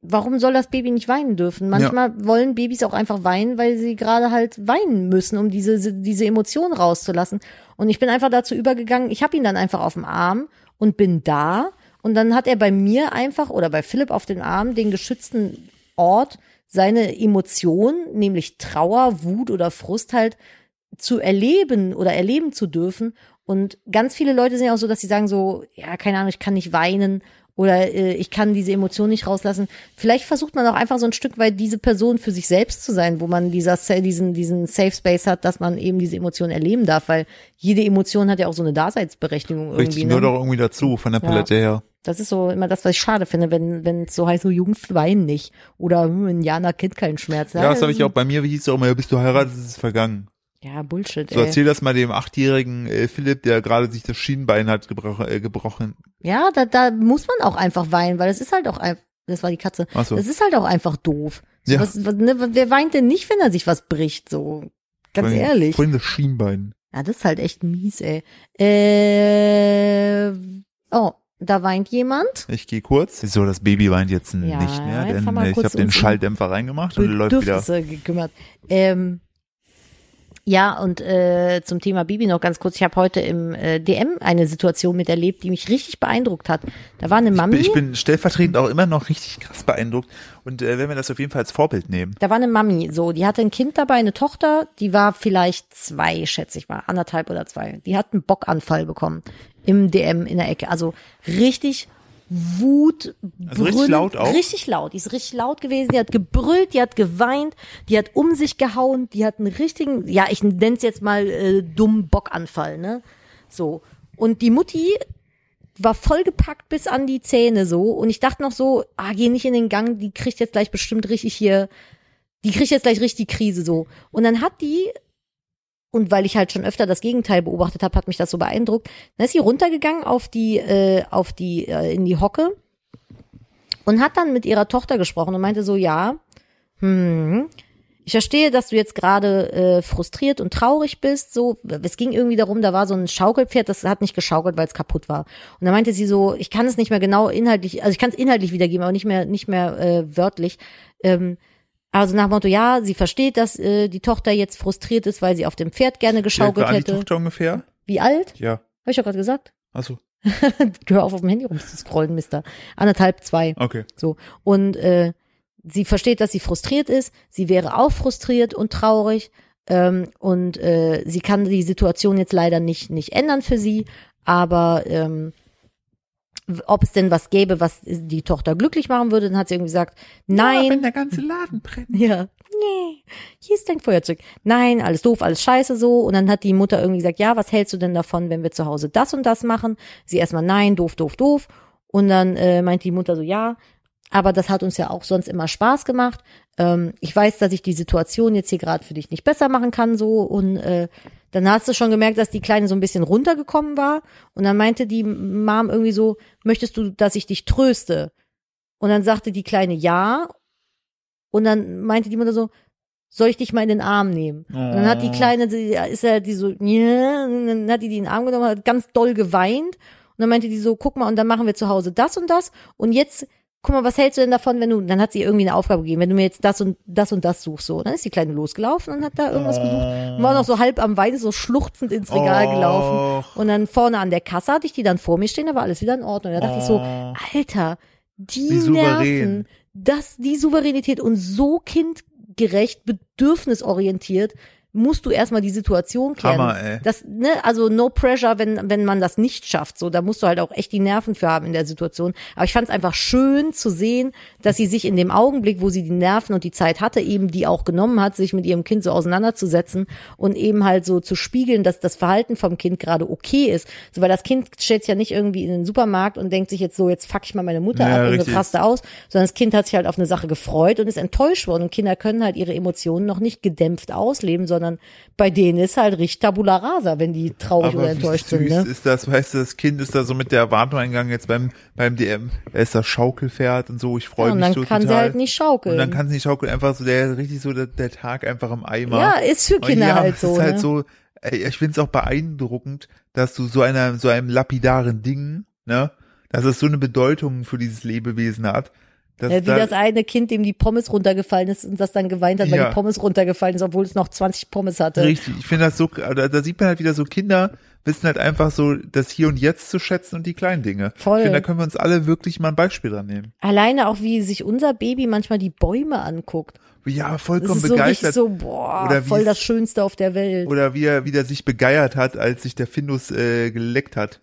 warum soll das Baby nicht weinen dürfen? Manchmal wollen Babys auch einfach weinen, weil sie gerade halt weinen müssen, um diese diese Emotion rauszulassen. Und ich bin einfach dazu übergegangen. Ich habe ihn dann einfach auf dem Arm und bin da. Und dann hat er bei mir einfach oder bei Philipp auf dem Arm den geschützten Ort seine Emotionen, nämlich Trauer, Wut oder Frust halt zu erleben oder erleben zu dürfen. Und ganz viele Leute sind ja auch so, dass sie sagen so, ja, keine Ahnung, ich kann nicht weinen oder äh, ich kann diese Emotion nicht rauslassen. Vielleicht versucht man auch einfach so ein Stück weit diese Person für sich selbst zu sein, wo man dieser, Sa- diesen, diesen Safe Space hat, dass man eben diese Emotion erleben darf, weil jede Emotion hat ja auch so eine Daseinsberechtigung irgendwie. Richtig, ne? nur doch irgendwie dazu, von der Ja. Palette her. Das ist so immer das, was ich schade finde, wenn wenn es so heißt, so Jungs weinen nicht oder hm, ein Jana Kind keinen Schmerz. Ja, das habe ich auch bei mir, wie hieß es auch immer, ja, bist du heiratet, ist es vergangen. Ja, Bullshit. So Ey. erzähl das mal dem achtjährigen äh, Philipp, der gerade sich das Schienbein hat gebrochen. Äh, gebrochen. Ja, da, da muss man auch einfach weinen, weil das ist halt auch einfach, das war die Katze, Ach so. das ist halt auch einfach doof. So Ja. was, was, ne, wer weint denn nicht, wenn er sich was bricht, so? Ganz Vorhin- ehrlich. Vorhin das Schienbein. Ja, das ist halt echt mies, ey. Äh, oh, da weint jemand. Ich gehe kurz. So, das Baby weint jetzt Ja, nicht mehr, jetzt haben denn wir äh, ich kurz habe den uns um Schalldämpfer reingemacht und läuft wieder. Bedürfnisse gekümmert. Ähm, Ja, und äh, zum Thema Bibi noch ganz kurz. Ich habe heute im äh, DM eine Situation miterlebt, die mich richtig beeindruckt hat. Da war eine Mami, Ich bin stellvertretend auch immer noch richtig krass beeindruckt und äh, werden wir das auf jeden Fall als Vorbild nehmen. da war eine Mami, so, die hatte ein Kind dabei, eine Tochter, die war vielleicht zwei, schätze ich mal, anderthalb oder zwei. Die hat einen Bockanfall bekommen im DM in der Ecke. Also richtig Wut, Also richtig brüllend- laut auch? Richtig laut. Die ist richtig laut gewesen, die hat gebrüllt, die hat geweint, die hat um sich gehauen, die hat einen richtigen, ja, ich nenn's jetzt mal äh, dummen Bockanfall, ne? So. Und die Mutti war vollgepackt bis an die Zähne so und ich dachte noch so, ah, geh nicht in den Gang, die kriegt jetzt gleich bestimmt richtig hier, die kriegt jetzt gleich richtig Krise so. Und dann hat die und weil ich halt schon öfter das Gegenteil beobachtet habe, hat mich das so beeindruckt. Dann ist sie runtergegangen auf die äh, auf die äh, in die Hocke und hat dann mit ihrer Tochter gesprochen und meinte so, ja, hm, ich verstehe, dass du jetzt gerade äh, frustriert und traurig bist. So, es ging irgendwie darum, da war so ein Schaukelpferd, das hat nicht geschaukelt, weil es kaputt war. Und dann meinte sie so, ich kann es nicht mehr genau inhaltlich, also ich kann es inhaltlich wiedergeben, aber nicht mehr nicht mehr äh, wörtlich. Ähm, also nach dem Motto, ja, sie versteht, dass äh, die Tochter jetzt frustriert ist, weil sie auf dem Pferd gerne geschaukelt war die hätte. Tochter ungefähr? Wie alt? Ja. Habe ich ja gerade gesagt. Achso, Hör auf, auf dem Handy rumzuscrollen, Mister. Anderthalb, zwei. okay. So. Und äh, sie versteht, dass sie frustriert ist. Sie wäre auch frustriert und traurig. Ähm, und äh, sie kann die Situation jetzt leider nicht, nicht ändern für sie. Aber ähm, w- ob es denn was gäbe, was die Tochter glücklich machen würde, dann hat sie irgendwie gesagt, Ja, nein. wenn der ganze Laden brennt. Ja. Nee, hier ist dein Feuerzeug. Nein, alles doof, alles scheiße so. Und dann hat die Mutter irgendwie gesagt, ja, was hältst du denn davon, wenn wir zu Hause das und das machen? Sie erstmal, nein, doof, doof, doof. Und dann äh, meint die Mutter so, ja, aber das hat uns ja auch sonst immer Spaß gemacht. Ähm, ich weiß, dass ich die Situation jetzt hier gerade für dich nicht besser machen kann so. Und äh, dann hast du schon gemerkt, dass die Kleine so ein bisschen runtergekommen war. Und dann meinte die Mom irgendwie so, möchtest du, dass ich dich tröste? Und dann sagte die Kleine ja. Und dann meinte die Mutter so, soll ich dich mal in den Arm nehmen? Und dann hat die Oh. Kleine, die- ist ja die so, "Ja", und dann hat die die in den Arm genommen, hat ganz doll geweint. Und dann meinte die so, guck mal, und dann machen wir zu Hause das und das. Und jetzt, guck mal, was hältst du denn davon, wenn du, dann hat sie ihr irgendwie eine Aufgabe gegeben, wenn du mir jetzt das und das und das suchst, so. Und dann ist die Kleine losgelaufen und hat da Ah. irgendwas gesucht. Und war noch so halb am Weinen, so schluchzend ins Regal Oh. gelaufen. Och. Und dann vorne an der Kasse hatte ich die dann vor mir stehen, da war alles wieder in Ordnung. Da dachte ich so, Oh. Alter, die Wie souverän. Nerven, dass die Souveränität und so kindgerecht, bedürfnisorientiert, musst du erstmal die Situation klären. Hammer, ey. Das, ne, also no pressure, wenn, wenn man das nicht schafft. So, da musst du halt auch echt die Nerven für haben in der Situation. Aber ich fand es einfach schön zu sehen, dass sie sich in dem Augenblick, wo sie die Nerven und die Zeit hatte, eben die auch genommen hat, sich mit ihrem Kind so auseinanderzusetzen und eben halt so zu spiegeln, dass das Verhalten vom Kind gerade okay ist. So, weil das Kind stellt sich ja nicht irgendwie in den Supermarkt und denkt sich jetzt so, jetzt fuck ich mal meine Mutter Ja, ab und richtig. raste aus, sondern das Kind hat sich halt auf eine Sache gefreut und ist enttäuscht worden. Und Kinder können halt ihre Emotionen noch nicht gedämpft ausleben, sondern bei denen ist halt richtig Tabula rasa, wenn die traurig oder Aber wie enttäuscht süß sind. Ne? ist das, weißt du, das Kind ist da so mit der Erwartung eingegangen, jetzt beim, beim DM, da ist das Schaukelpferd und so, ich freue Ja, und mich dann so kann total. sie halt nicht schaukeln. Und dann kann sie nicht schaukeln, einfach so, der richtig so der, der Tag einfach im Eimer. Ja, ist für Und Kinder ja, halt es so, Ist halt ne? so ey, ich find's auch beeindruckend, dass du so einer, so einem lapidaren Ding, ne, dass es so eine Bedeutung für dieses Lebewesen hat. Dass Ja, Ne, wie da- das eine Kind, dem die Pommes runtergefallen ist und das dann geweint hat, weil Ja. die Pommes runtergefallen ist, obwohl es noch 20 Pommes hatte. Richtig, ich finde das so, da, da sieht man halt wieder so, Kinder wissen halt einfach so, das Hier und Jetzt zu schätzen und die kleinen Dinge. Voll. Ich finde, da können wir uns alle wirklich mal ein Beispiel dran nehmen. Alleine auch, wie sich unser Baby manchmal die Bäume anguckt. Ja, Das vollkommen ist so richtig begeistert. so, boah, Oder wie voll es- das Schönste auf der Welt. Oder wie er, wie der sich begeiert hat, als sich der Findus äh, geleckt hat,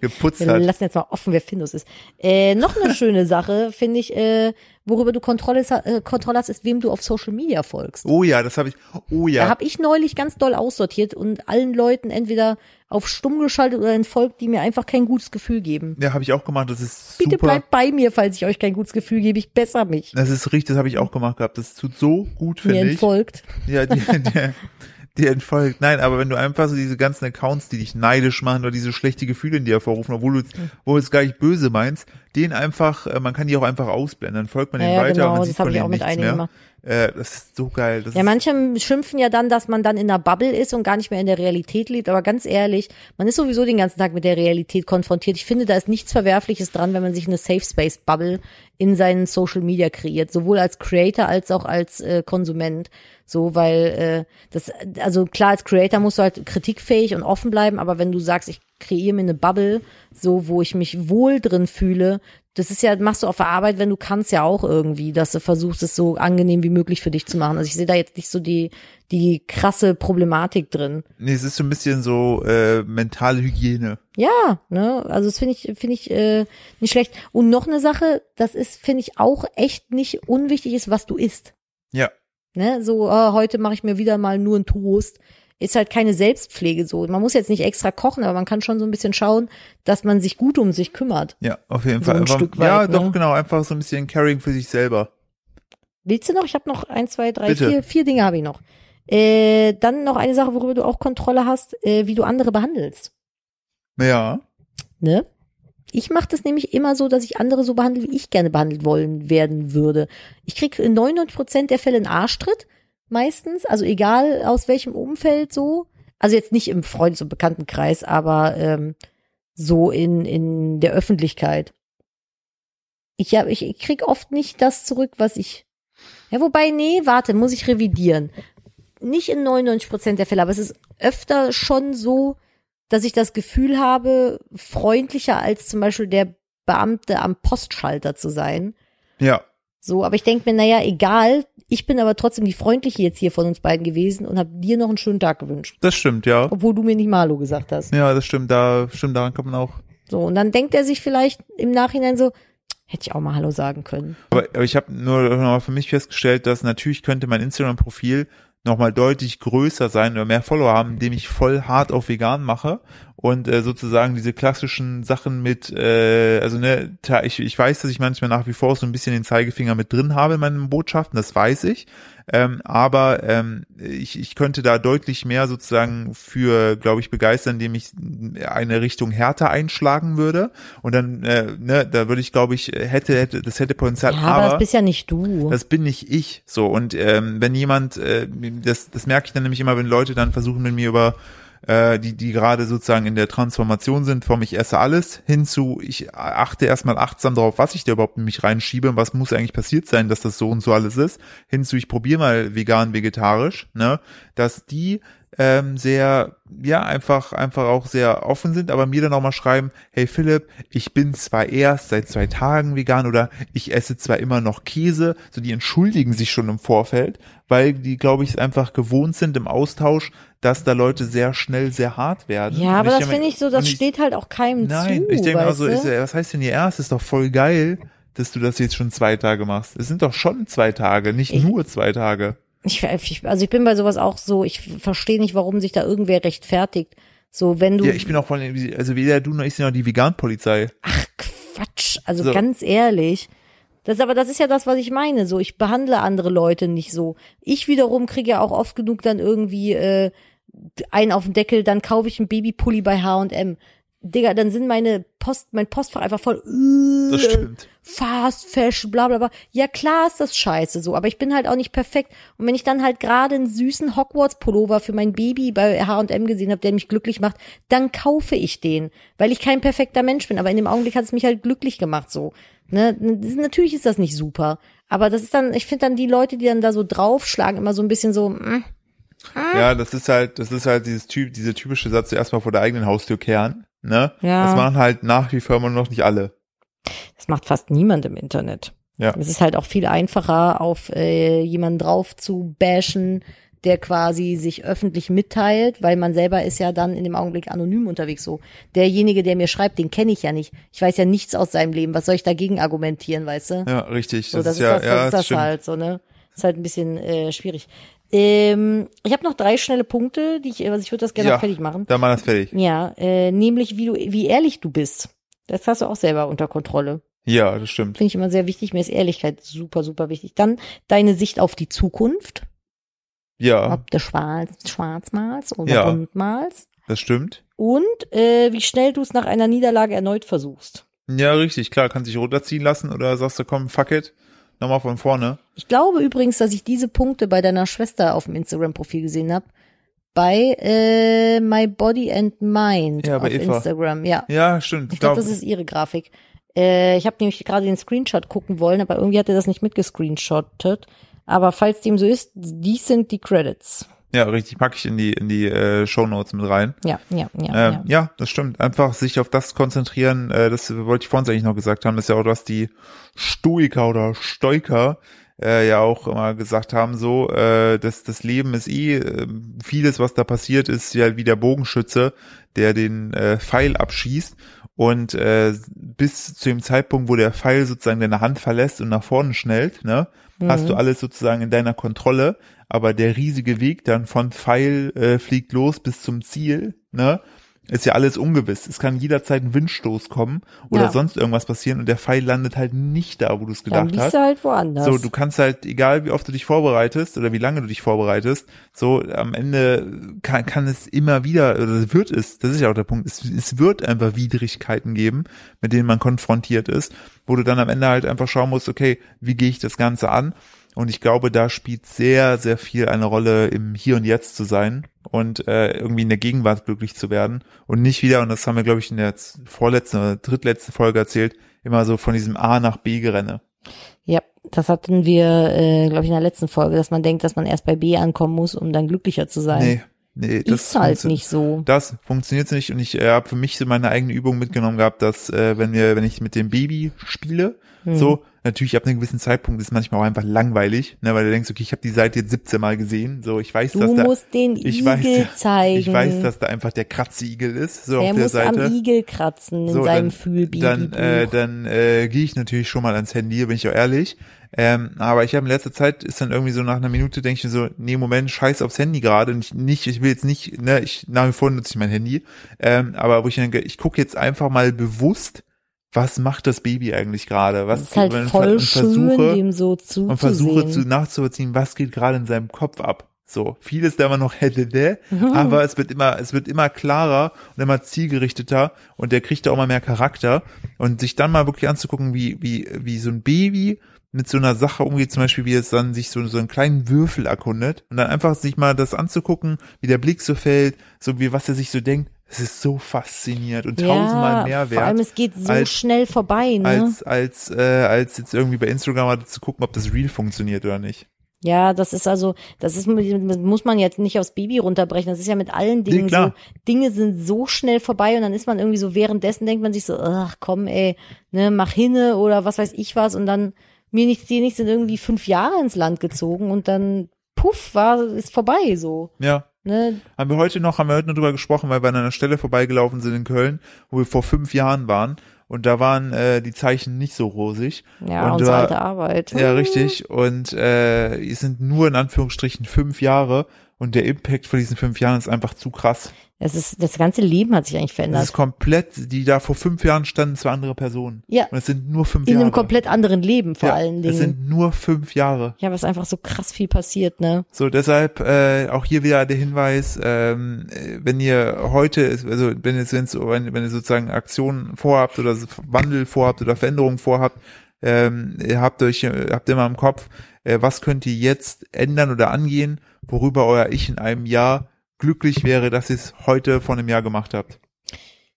geputzt Wir hat. lassen jetzt mal offen, wer Findus ist. Äh, noch eine schöne Sache, finde ich, äh, worüber du Kontrolle, äh, Kontrolle hast, ist, wem du auf Social Media folgst. Oh ja, das habe ich. Oh Da ja, habe ich neulich ganz doll aussortiert und allen Leuten entweder auf stumm geschaltet oder entfolgt, die mir einfach kein gutes Gefühl geben. ja, habe ich auch gemacht. Das ist Bitte super. bleibt bei mir, falls ich euch kein gutes Gefühl gebe. Ich besser mich. Das ist richtig, das habe ich auch gemacht gehabt. Das tut so gut, Mir finde ich. entfolgt. Ja, die, der, die entfolgt. Nein, aber wenn du einfach so diese ganzen Accounts, die dich neidisch machen oder diese schlechte Gefühle in dir hervorrufen, obwohl du es Hm. obwohl du es gar nicht böse meinst, den einfach, äh, man kann die auch einfach ausblenden. Dann folgt man den Ja, ja, weiter und genau, man sieht das habe von ich auch denen mit nichts einigen mehr. gemacht. Äh, das ist so geil. Das Ja, ist, manche schimpfen ja dann, dass man dann in der Bubble ist und gar nicht mehr in der Realität lebt. Aber ganz ehrlich, man ist sowieso den ganzen Tag mit der Realität konfrontiert. Ich finde, da ist nichts Verwerfliches dran, wenn man sich eine Safe Space Bubble in seinen Social Media kreiert, sowohl als Creator als auch als äh, Konsument. So, weil äh, das, also klar, als Creator musst du halt kritikfähig und offen bleiben, aber wenn du sagst, ich kreiere mir eine Bubble, so wo ich mich wohl drin fühle, das ist ja, machst du auf der Arbeit, wenn du kannst ja auch irgendwie, dass du versuchst, es so angenehm wie möglich für dich zu machen. Also ich sehe da jetzt nicht so die, die krasse Problematik drin. nee, es ist so ein bisschen so äh, mentale Hygiene. Ja, ne, also das finde ich, finde ich äh, nicht schlecht. Und noch eine Sache, das ist, finde ich, auch echt nicht unwichtig ist, was du isst. Ja. Ne, so, ah, heute mache ich mir wieder mal nur einen Toast. Ist halt keine Selbstpflege so. Man muss jetzt nicht extra kochen, aber man kann schon so ein bisschen schauen, dass man sich gut um sich kümmert. Ja, auf jeden So Fall. ein Einfach- Stück ja, weit, doch, ne? genau. Einfach so ein bisschen Caring für sich selber. Willst du noch? Ich habe noch ein, zwei, drei, Bitte. vier, vier Dinge habe ich noch. Äh, dann noch eine Sache, worüber du auch Kontrolle hast, äh, wie du andere behandelst. Ja. Ne? Ich mache das nämlich immer so, dass ich andere so behandle, wie ich gerne behandelt wollen werden würde. Ich kriege in 99% der Fälle einen Arschtritt, meistens, also egal aus welchem Umfeld so. Also jetzt nicht im Freundes- und Bekanntenkreis, aber ähm, so in, in der Öffentlichkeit. Ich, hab, ich, ich krieg oft nicht das zurück, was ich. Ja, wobei, nee, warte, muss ich revidieren. Nicht in 99% der Fälle, aber es ist öfter schon so, dass ich das Gefühl habe, freundlicher als zum Beispiel der Beamte am Postschalter zu sein. Ja. So, aber ich denke mir, naja, egal, ich bin aber trotzdem die freundliche jetzt hier von uns beiden gewesen und habe dir noch einen schönen Tag gewünscht. Das stimmt, ja. Obwohl du mir nicht Malo gesagt hast. Ja, das stimmt. Da, stimmt, daran kann man auch. So, und dann denkt er sich vielleicht im Nachhinein so, hätte ich auch mal Hallo sagen können. Aber, aber ich habe nur nochmal für mich festgestellt, dass natürlich könnte mein Instagram-Profil nochmal deutlich größer sein oder mehr Follower haben, indem ich voll hart auf vegan mache und äh, sozusagen diese klassischen Sachen mit, äh, also ne, ta- ich, ich weiß, dass ich manchmal nach wie vor so ein bisschen den Zeigefinger mit drin habe in meinen Botschaften, das weiß ich, ähm, aber ähm, ich, ich könnte da deutlich mehr sozusagen für, glaube ich, begeistern, indem ich eine Richtung härter einschlagen würde und dann, äh, ne, da würde ich, glaube ich, hätte, hätte, das hätte Potenzial, Ja, aber das bist ja nicht du. das bin nicht ich. So, und ähm, wenn jemand, äh, das, das merke ich dann nämlich immer, wenn Leute dann versuchen mit mir über, äh, die, die gerade sozusagen in der Transformation sind, vom ich esse alles hin zu, ich achte erstmal achtsam darauf, was ich da überhaupt in mich reinschiebe und was muss eigentlich passiert sein, dass das so und so alles ist, hin zu, ich probiere mal vegan, vegetarisch, ne, dass die ähm, sehr, ja, einfach, einfach auch sehr offen sind, aber mir dann auch mal schreiben, hey Philipp, ich bin zwar erst seit zwei Tagen vegan oder ich esse zwar immer noch Käse, so die entschuldigen sich schon im Vorfeld, weil die, glaube ich, es einfach gewohnt sind im Austausch, dass da Leute sehr schnell sehr hart werden. ja, Und aber das denk mir- finde ich so, das und steht halt auch keinem Nein, zu. ich denke mal weißt so, du? ist, ja- was heißt denn ihr erst? Ist doch voll geil, dass du das jetzt schon zwei Tage machst. Es sind doch schon zwei Tage, nicht Ich- nur zwei Tage. Ich, ich, also ich bin bei sowas auch so, ich verstehe nicht, warum sich da irgendwer rechtfertigt. So, wenn du. Ja, ich bin auch voll, also weder du noch ich sind noch die Vegan-Polizei. ach, Quatsch. Also So. ganz ehrlich. Das, aber das ist ja das, was ich meine. So, ich behandle andere Leute nicht so. Ich wiederum kriege ja auch oft genug dann irgendwie äh, einen auf den Deckel, dann kaufe ich einen Babypulli bei HM. Digga, dann sind meine Post, mein Postfach einfach voll. äh, Das stimmt. Fast Fashion, bla bla bla. Ja klar ist das scheiße so, aber ich bin halt auch nicht perfekt. Und wenn ich dann halt gerade einen süßen Hogwarts-Pullover für mein Baby bei H&M gesehen habe, der mich glücklich macht, dann kaufe ich den, weil ich kein perfekter Mensch bin. Aber in dem Augenblick hat es mich halt glücklich gemacht so. Ne? Das, ist- natürlich ist das nicht super, aber das ist dann, ich finde dann die Leute, die dann da so draufschlagen, immer so ein bisschen so, mm, Ja, das ist halt, das ist halt dieses Typ, dieser typische Satz, erstmal vor der eigenen Haustür kehren, ne? Ja. Das machen halt nach wie vor immer noch nicht alle. das macht fast niemand im Internet. Ja. Es ist halt auch viel einfacher, auf äh, jemanden drauf zu bashen, der quasi sich öffentlich mitteilt, weil man selber ist ja dann in dem Augenblick anonym unterwegs so. Derjenige, der mir schreibt, den kenne ich ja nicht. Ich weiß ja nichts aus seinem Leben. Was soll ich dagegen argumentieren, weißt du? Ja, richtig. So, Das, das, ist ja, das, ja, das, ist das stimmt. halt so, ne? Ist halt ein bisschen äh, schwierig. Ähm, ich habe noch drei schnelle Punkte, die ich, also ich würde das gerne Ja. noch fertig machen. Dann machen wir das fertig. Ja, äh, nämlich wie du, wie ehrlich du bist. Das hast du auch selber unter Kontrolle. Ja, das stimmt. Finde ich immer sehr wichtig. Mir ist Ehrlichkeit super, super wichtig. Dann deine Sicht auf die Zukunft. Ja, Ob du schwarz, schwarz malst oder Ja. bunt malst. das stimmt. Und äh, wie schnell du es nach einer Niederlage erneut versuchst. Ja, richtig. Klar, kann sich runterziehen lassen oder sagst du, komm, fuck it. Nochmal von vorne. Ich glaube übrigens, dass ich diese Punkte bei deiner Schwester auf dem Instagram-Profil gesehen habe. Bei äh, My Body and Mind Ja, auf bei Eva. Instagram. Ja, Ja, stimmt. ich glaube, das ist ihre Grafik. Äh, ich habe nämlich gerade den Screenshot gucken wollen, aber irgendwie hat er das nicht mitgescreenshottet. Aber falls dem so ist, dies sind die Credits. ja, richtig, packe ich in die, in die äh, Shownotes mit rein. Ja, ja, ja. Ähm, ja. das stimmt. Einfach sich auf das konzentrieren, äh, das wollte ich vorhin eigentlich noch gesagt haben, das ist ja auch, dass die Stoiker oder Stoiker äh, ja auch immer gesagt haben, so, äh, dass das Leben ist eh, äh, vieles, was da passiert, ist ja wie der Bogenschütze, der den äh, Pfeil abschießt. Und äh, bis zu dem Zeitpunkt, wo der Pfeil sozusagen deine Hand verlässt und nach vorne schnellt, ne, hast du alles sozusagen in deiner Kontrolle. Aber der riesige Weg dann von Pfeil äh, fliegt los bis zum Ziel, ne, ist ja alles ungewiss. Es kann jederzeit ein Windstoß kommen oder Ja. sonst irgendwas passieren und der Pfeil landet halt nicht da, wo du es Dann gedacht liest hast. er halt woanders. So, du kannst halt, egal wie oft du dich vorbereitest oder wie lange du dich vorbereitest, so am Ende kann, kann es immer wieder, oder wird es, das ist ja auch der Punkt, es, es wird einfach Widrigkeiten geben, mit denen man konfrontiert ist, wo du dann am Ende halt einfach schauen musst, okay, wie gehe ich das Ganze an? Und ich glaube, da spielt sehr, sehr viel eine Rolle, im Hier und Jetzt zu sein und äh, irgendwie in der Gegenwart glücklich zu werden und nicht wieder, und das haben wir, glaube ich, in der z- vorletzten oder drittletzten Folge erzählt, immer so von diesem A nach B gerenne. ja, das hatten wir, äh, glaube ich, in der letzten Folge, dass man denkt, dass man erst bei B ankommen muss, um dann glücklicher zu sein. Nee, nee, das ist halt funktio- nicht so. Das funktioniert nicht und ich äh, habe für mich so meine eigene Übung mitgenommen gehabt, dass äh, wenn wir, wenn ich mit dem Baby spiele, Hm. so natürlich ab einem gewissen Zeitpunkt ist es manchmal auch einfach langweilig, ne, weil du denkst, okay, ich habe die Seite jetzt 17 Mal gesehen, so ich weiß, dass Du da musst den ich Igel weiß, zeigen. ich weiß, dass da einfach der Kratzigel ist, so der auf der muss Seite. am Igel kratzen in So, Dann, seinem äh, Fühlbabybuch. dann äh, gehe ich natürlich schon mal ans Handy, bin ich auch ehrlich. Ähm, aber ich habe in letzter Zeit ist dann irgendwie so nach einer Minute denke ich mir so, nee, Moment, scheiß aufs Handy gerade. Und ich nicht, ich will jetzt nicht, ne, ich nach wie vor nutze ich mein Handy. Ähm, aber wo ich denke, ich gucke jetzt einfach mal bewusst, was macht das Baby eigentlich gerade? Was Das ist halt und ver- voll und schön, dem so zuzusehen. und versuche zu nachzuvollziehen, was geht gerade in seinem Kopf ab. So, vieles da immer noch hätte, ne? Mhm. aber es wird immer, es wird immer klarer und immer zielgerichteter und der kriegt da auch mal mehr Charakter und sich dann mal wirklich anzugucken, wie, wie, wie so ein Baby mit so einer Sache umgeht, zum Beispiel, wie es dann sich so, so einen kleinen Würfel erkundet und dann einfach sich mal das anzugucken, wie der Blick so fällt, so wie was er sich so denkt. Es ist so faszinierend und tausendmal ja, mehr wert Vor allem, es geht so als- schnell vorbei, ne? als als äh, als jetzt irgendwie bei Instagram mal zu gucken, ob das Reel funktioniert oder nicht. ja, das ist also, das ist mit- muss man jetzt nicht aufs Baby runterbrechen. Das ist ja mit allen Dingen so. klar. Dinge sind so schnell vorbei und dann ist man irgendwie so währenddessen denkt man sich so, ach komm, ey, ne, mach hinne oder was weiß ich was und dann mir nichts, dir nichts sind irgendwie fünf Jahre ins Land gezogen und dann puff war ist vorbei so. Ja. Ne, Haben wir heute noch, haben wir heute noch drüber gesprochen, weil wir an einer Stelle vorbeigelaufen sind in Köln, wo wir vor fünf Jahren waren und da waren äh, die Zeichen nicht so rosig. ja, und unsere da- alte Arbeit. Ja, richtig. Und äh, es sind nur in Anführungsstrichen fünf Jahre und der Impact von diesen fünf Jahren ist einfach zu krass. Es ist, das ganze Leben hat sich eigentlich Das verändert. ist komplett, die da vor fünf Jahren standen, zwei andere Personen. Ja. Und es sind nur fünf In Jahre. einem komplett anderen Leben vor ja, allen Es Dingen. sind nur fünf Jahre. Ja, was einfach so krass viel passiert, ne? So, deshalb äh, auch hier wieder der Hinweis, ähm, äh, wenn ihr heute, also wenn ihr, wenn's, wenn, wenn ihr sozusagen Aktionen vorhabt oder so Wandel vorhabt oder Veränderungen vorhabt, ähm, ihr habt euch, äh, habt immer im Kopf, äh, was könnt ihr jetzt ändern oder angehen, worüber euer Ich in einem Jahr glücklich wäre, dass ihr es heute vor einem Jahr gemacht habt.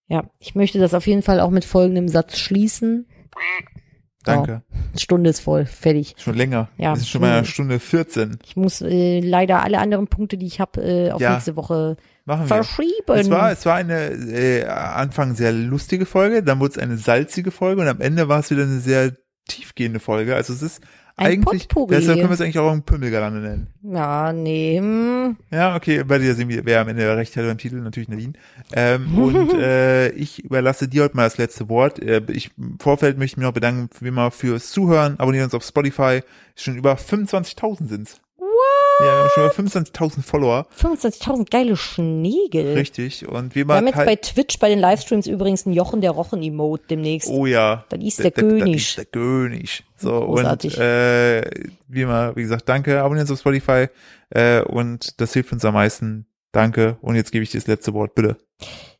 Ja, ich möchte das auf jeden Fall auch mit folgendem Satz schließen. Oh, Danke. Stunde ist voll, fertig. Schon länger. Genau. Ja. Wir sind schon bei einer Stunde 14. Ich muss äh, leider alle anderen Punkte, die ich habe, äh, auf Ja. Oh, nächste Woche Machen wir. verschieben. Es war, es war eine äh, Anfang sehr lustige Folge, dann wurde es eine salzige Folge und am Ende war es wieder eine sehr tiefgehende Folge. Also es ist Ein eigentlich, Potpourri. deshalb können wir es eigentlich auch einen Pümmelgarande nennen. ja, nee. hm. Ja, okay, werdet ihr sehen, wie- wer am Ende recht hatte beim Titel, natürlich Nadine. Ähm, und äh, ich überlasse dir heute mal das letzte Wort. Äh, ich im Vorfeld möchte ich mich noch bedanken, wie immer, fürs Zuhören. Abonniert uns auf Spotify. Schon über 25.000 sind's. What? Ja, wir haben schon über 25.000 Follower. 25.000 geile Schnegel. Richtig. Halt. Und wie Wir immer, haben jetzt teil- bei Twitch bei den Livestreams übrigens einen Jochen der Rochen-Emote demnächst. Oh ja. Das ist der König. Das ist der König. So, Großartig. und äh, wie immer, wie gesagt, danke, abonniert uns auf Spotify äh, und das hilft uns am meisten. Danke. Und jetzt gebe ich dir das letzte Wort, bitte.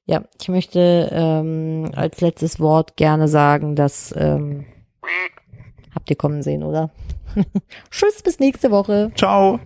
Ja, ich möchte ähm, als letztes Wort gerne sagen, dass ähm, habt ihr kommen sehen, oder? Tschüss, bis nächste Woche. Ciao.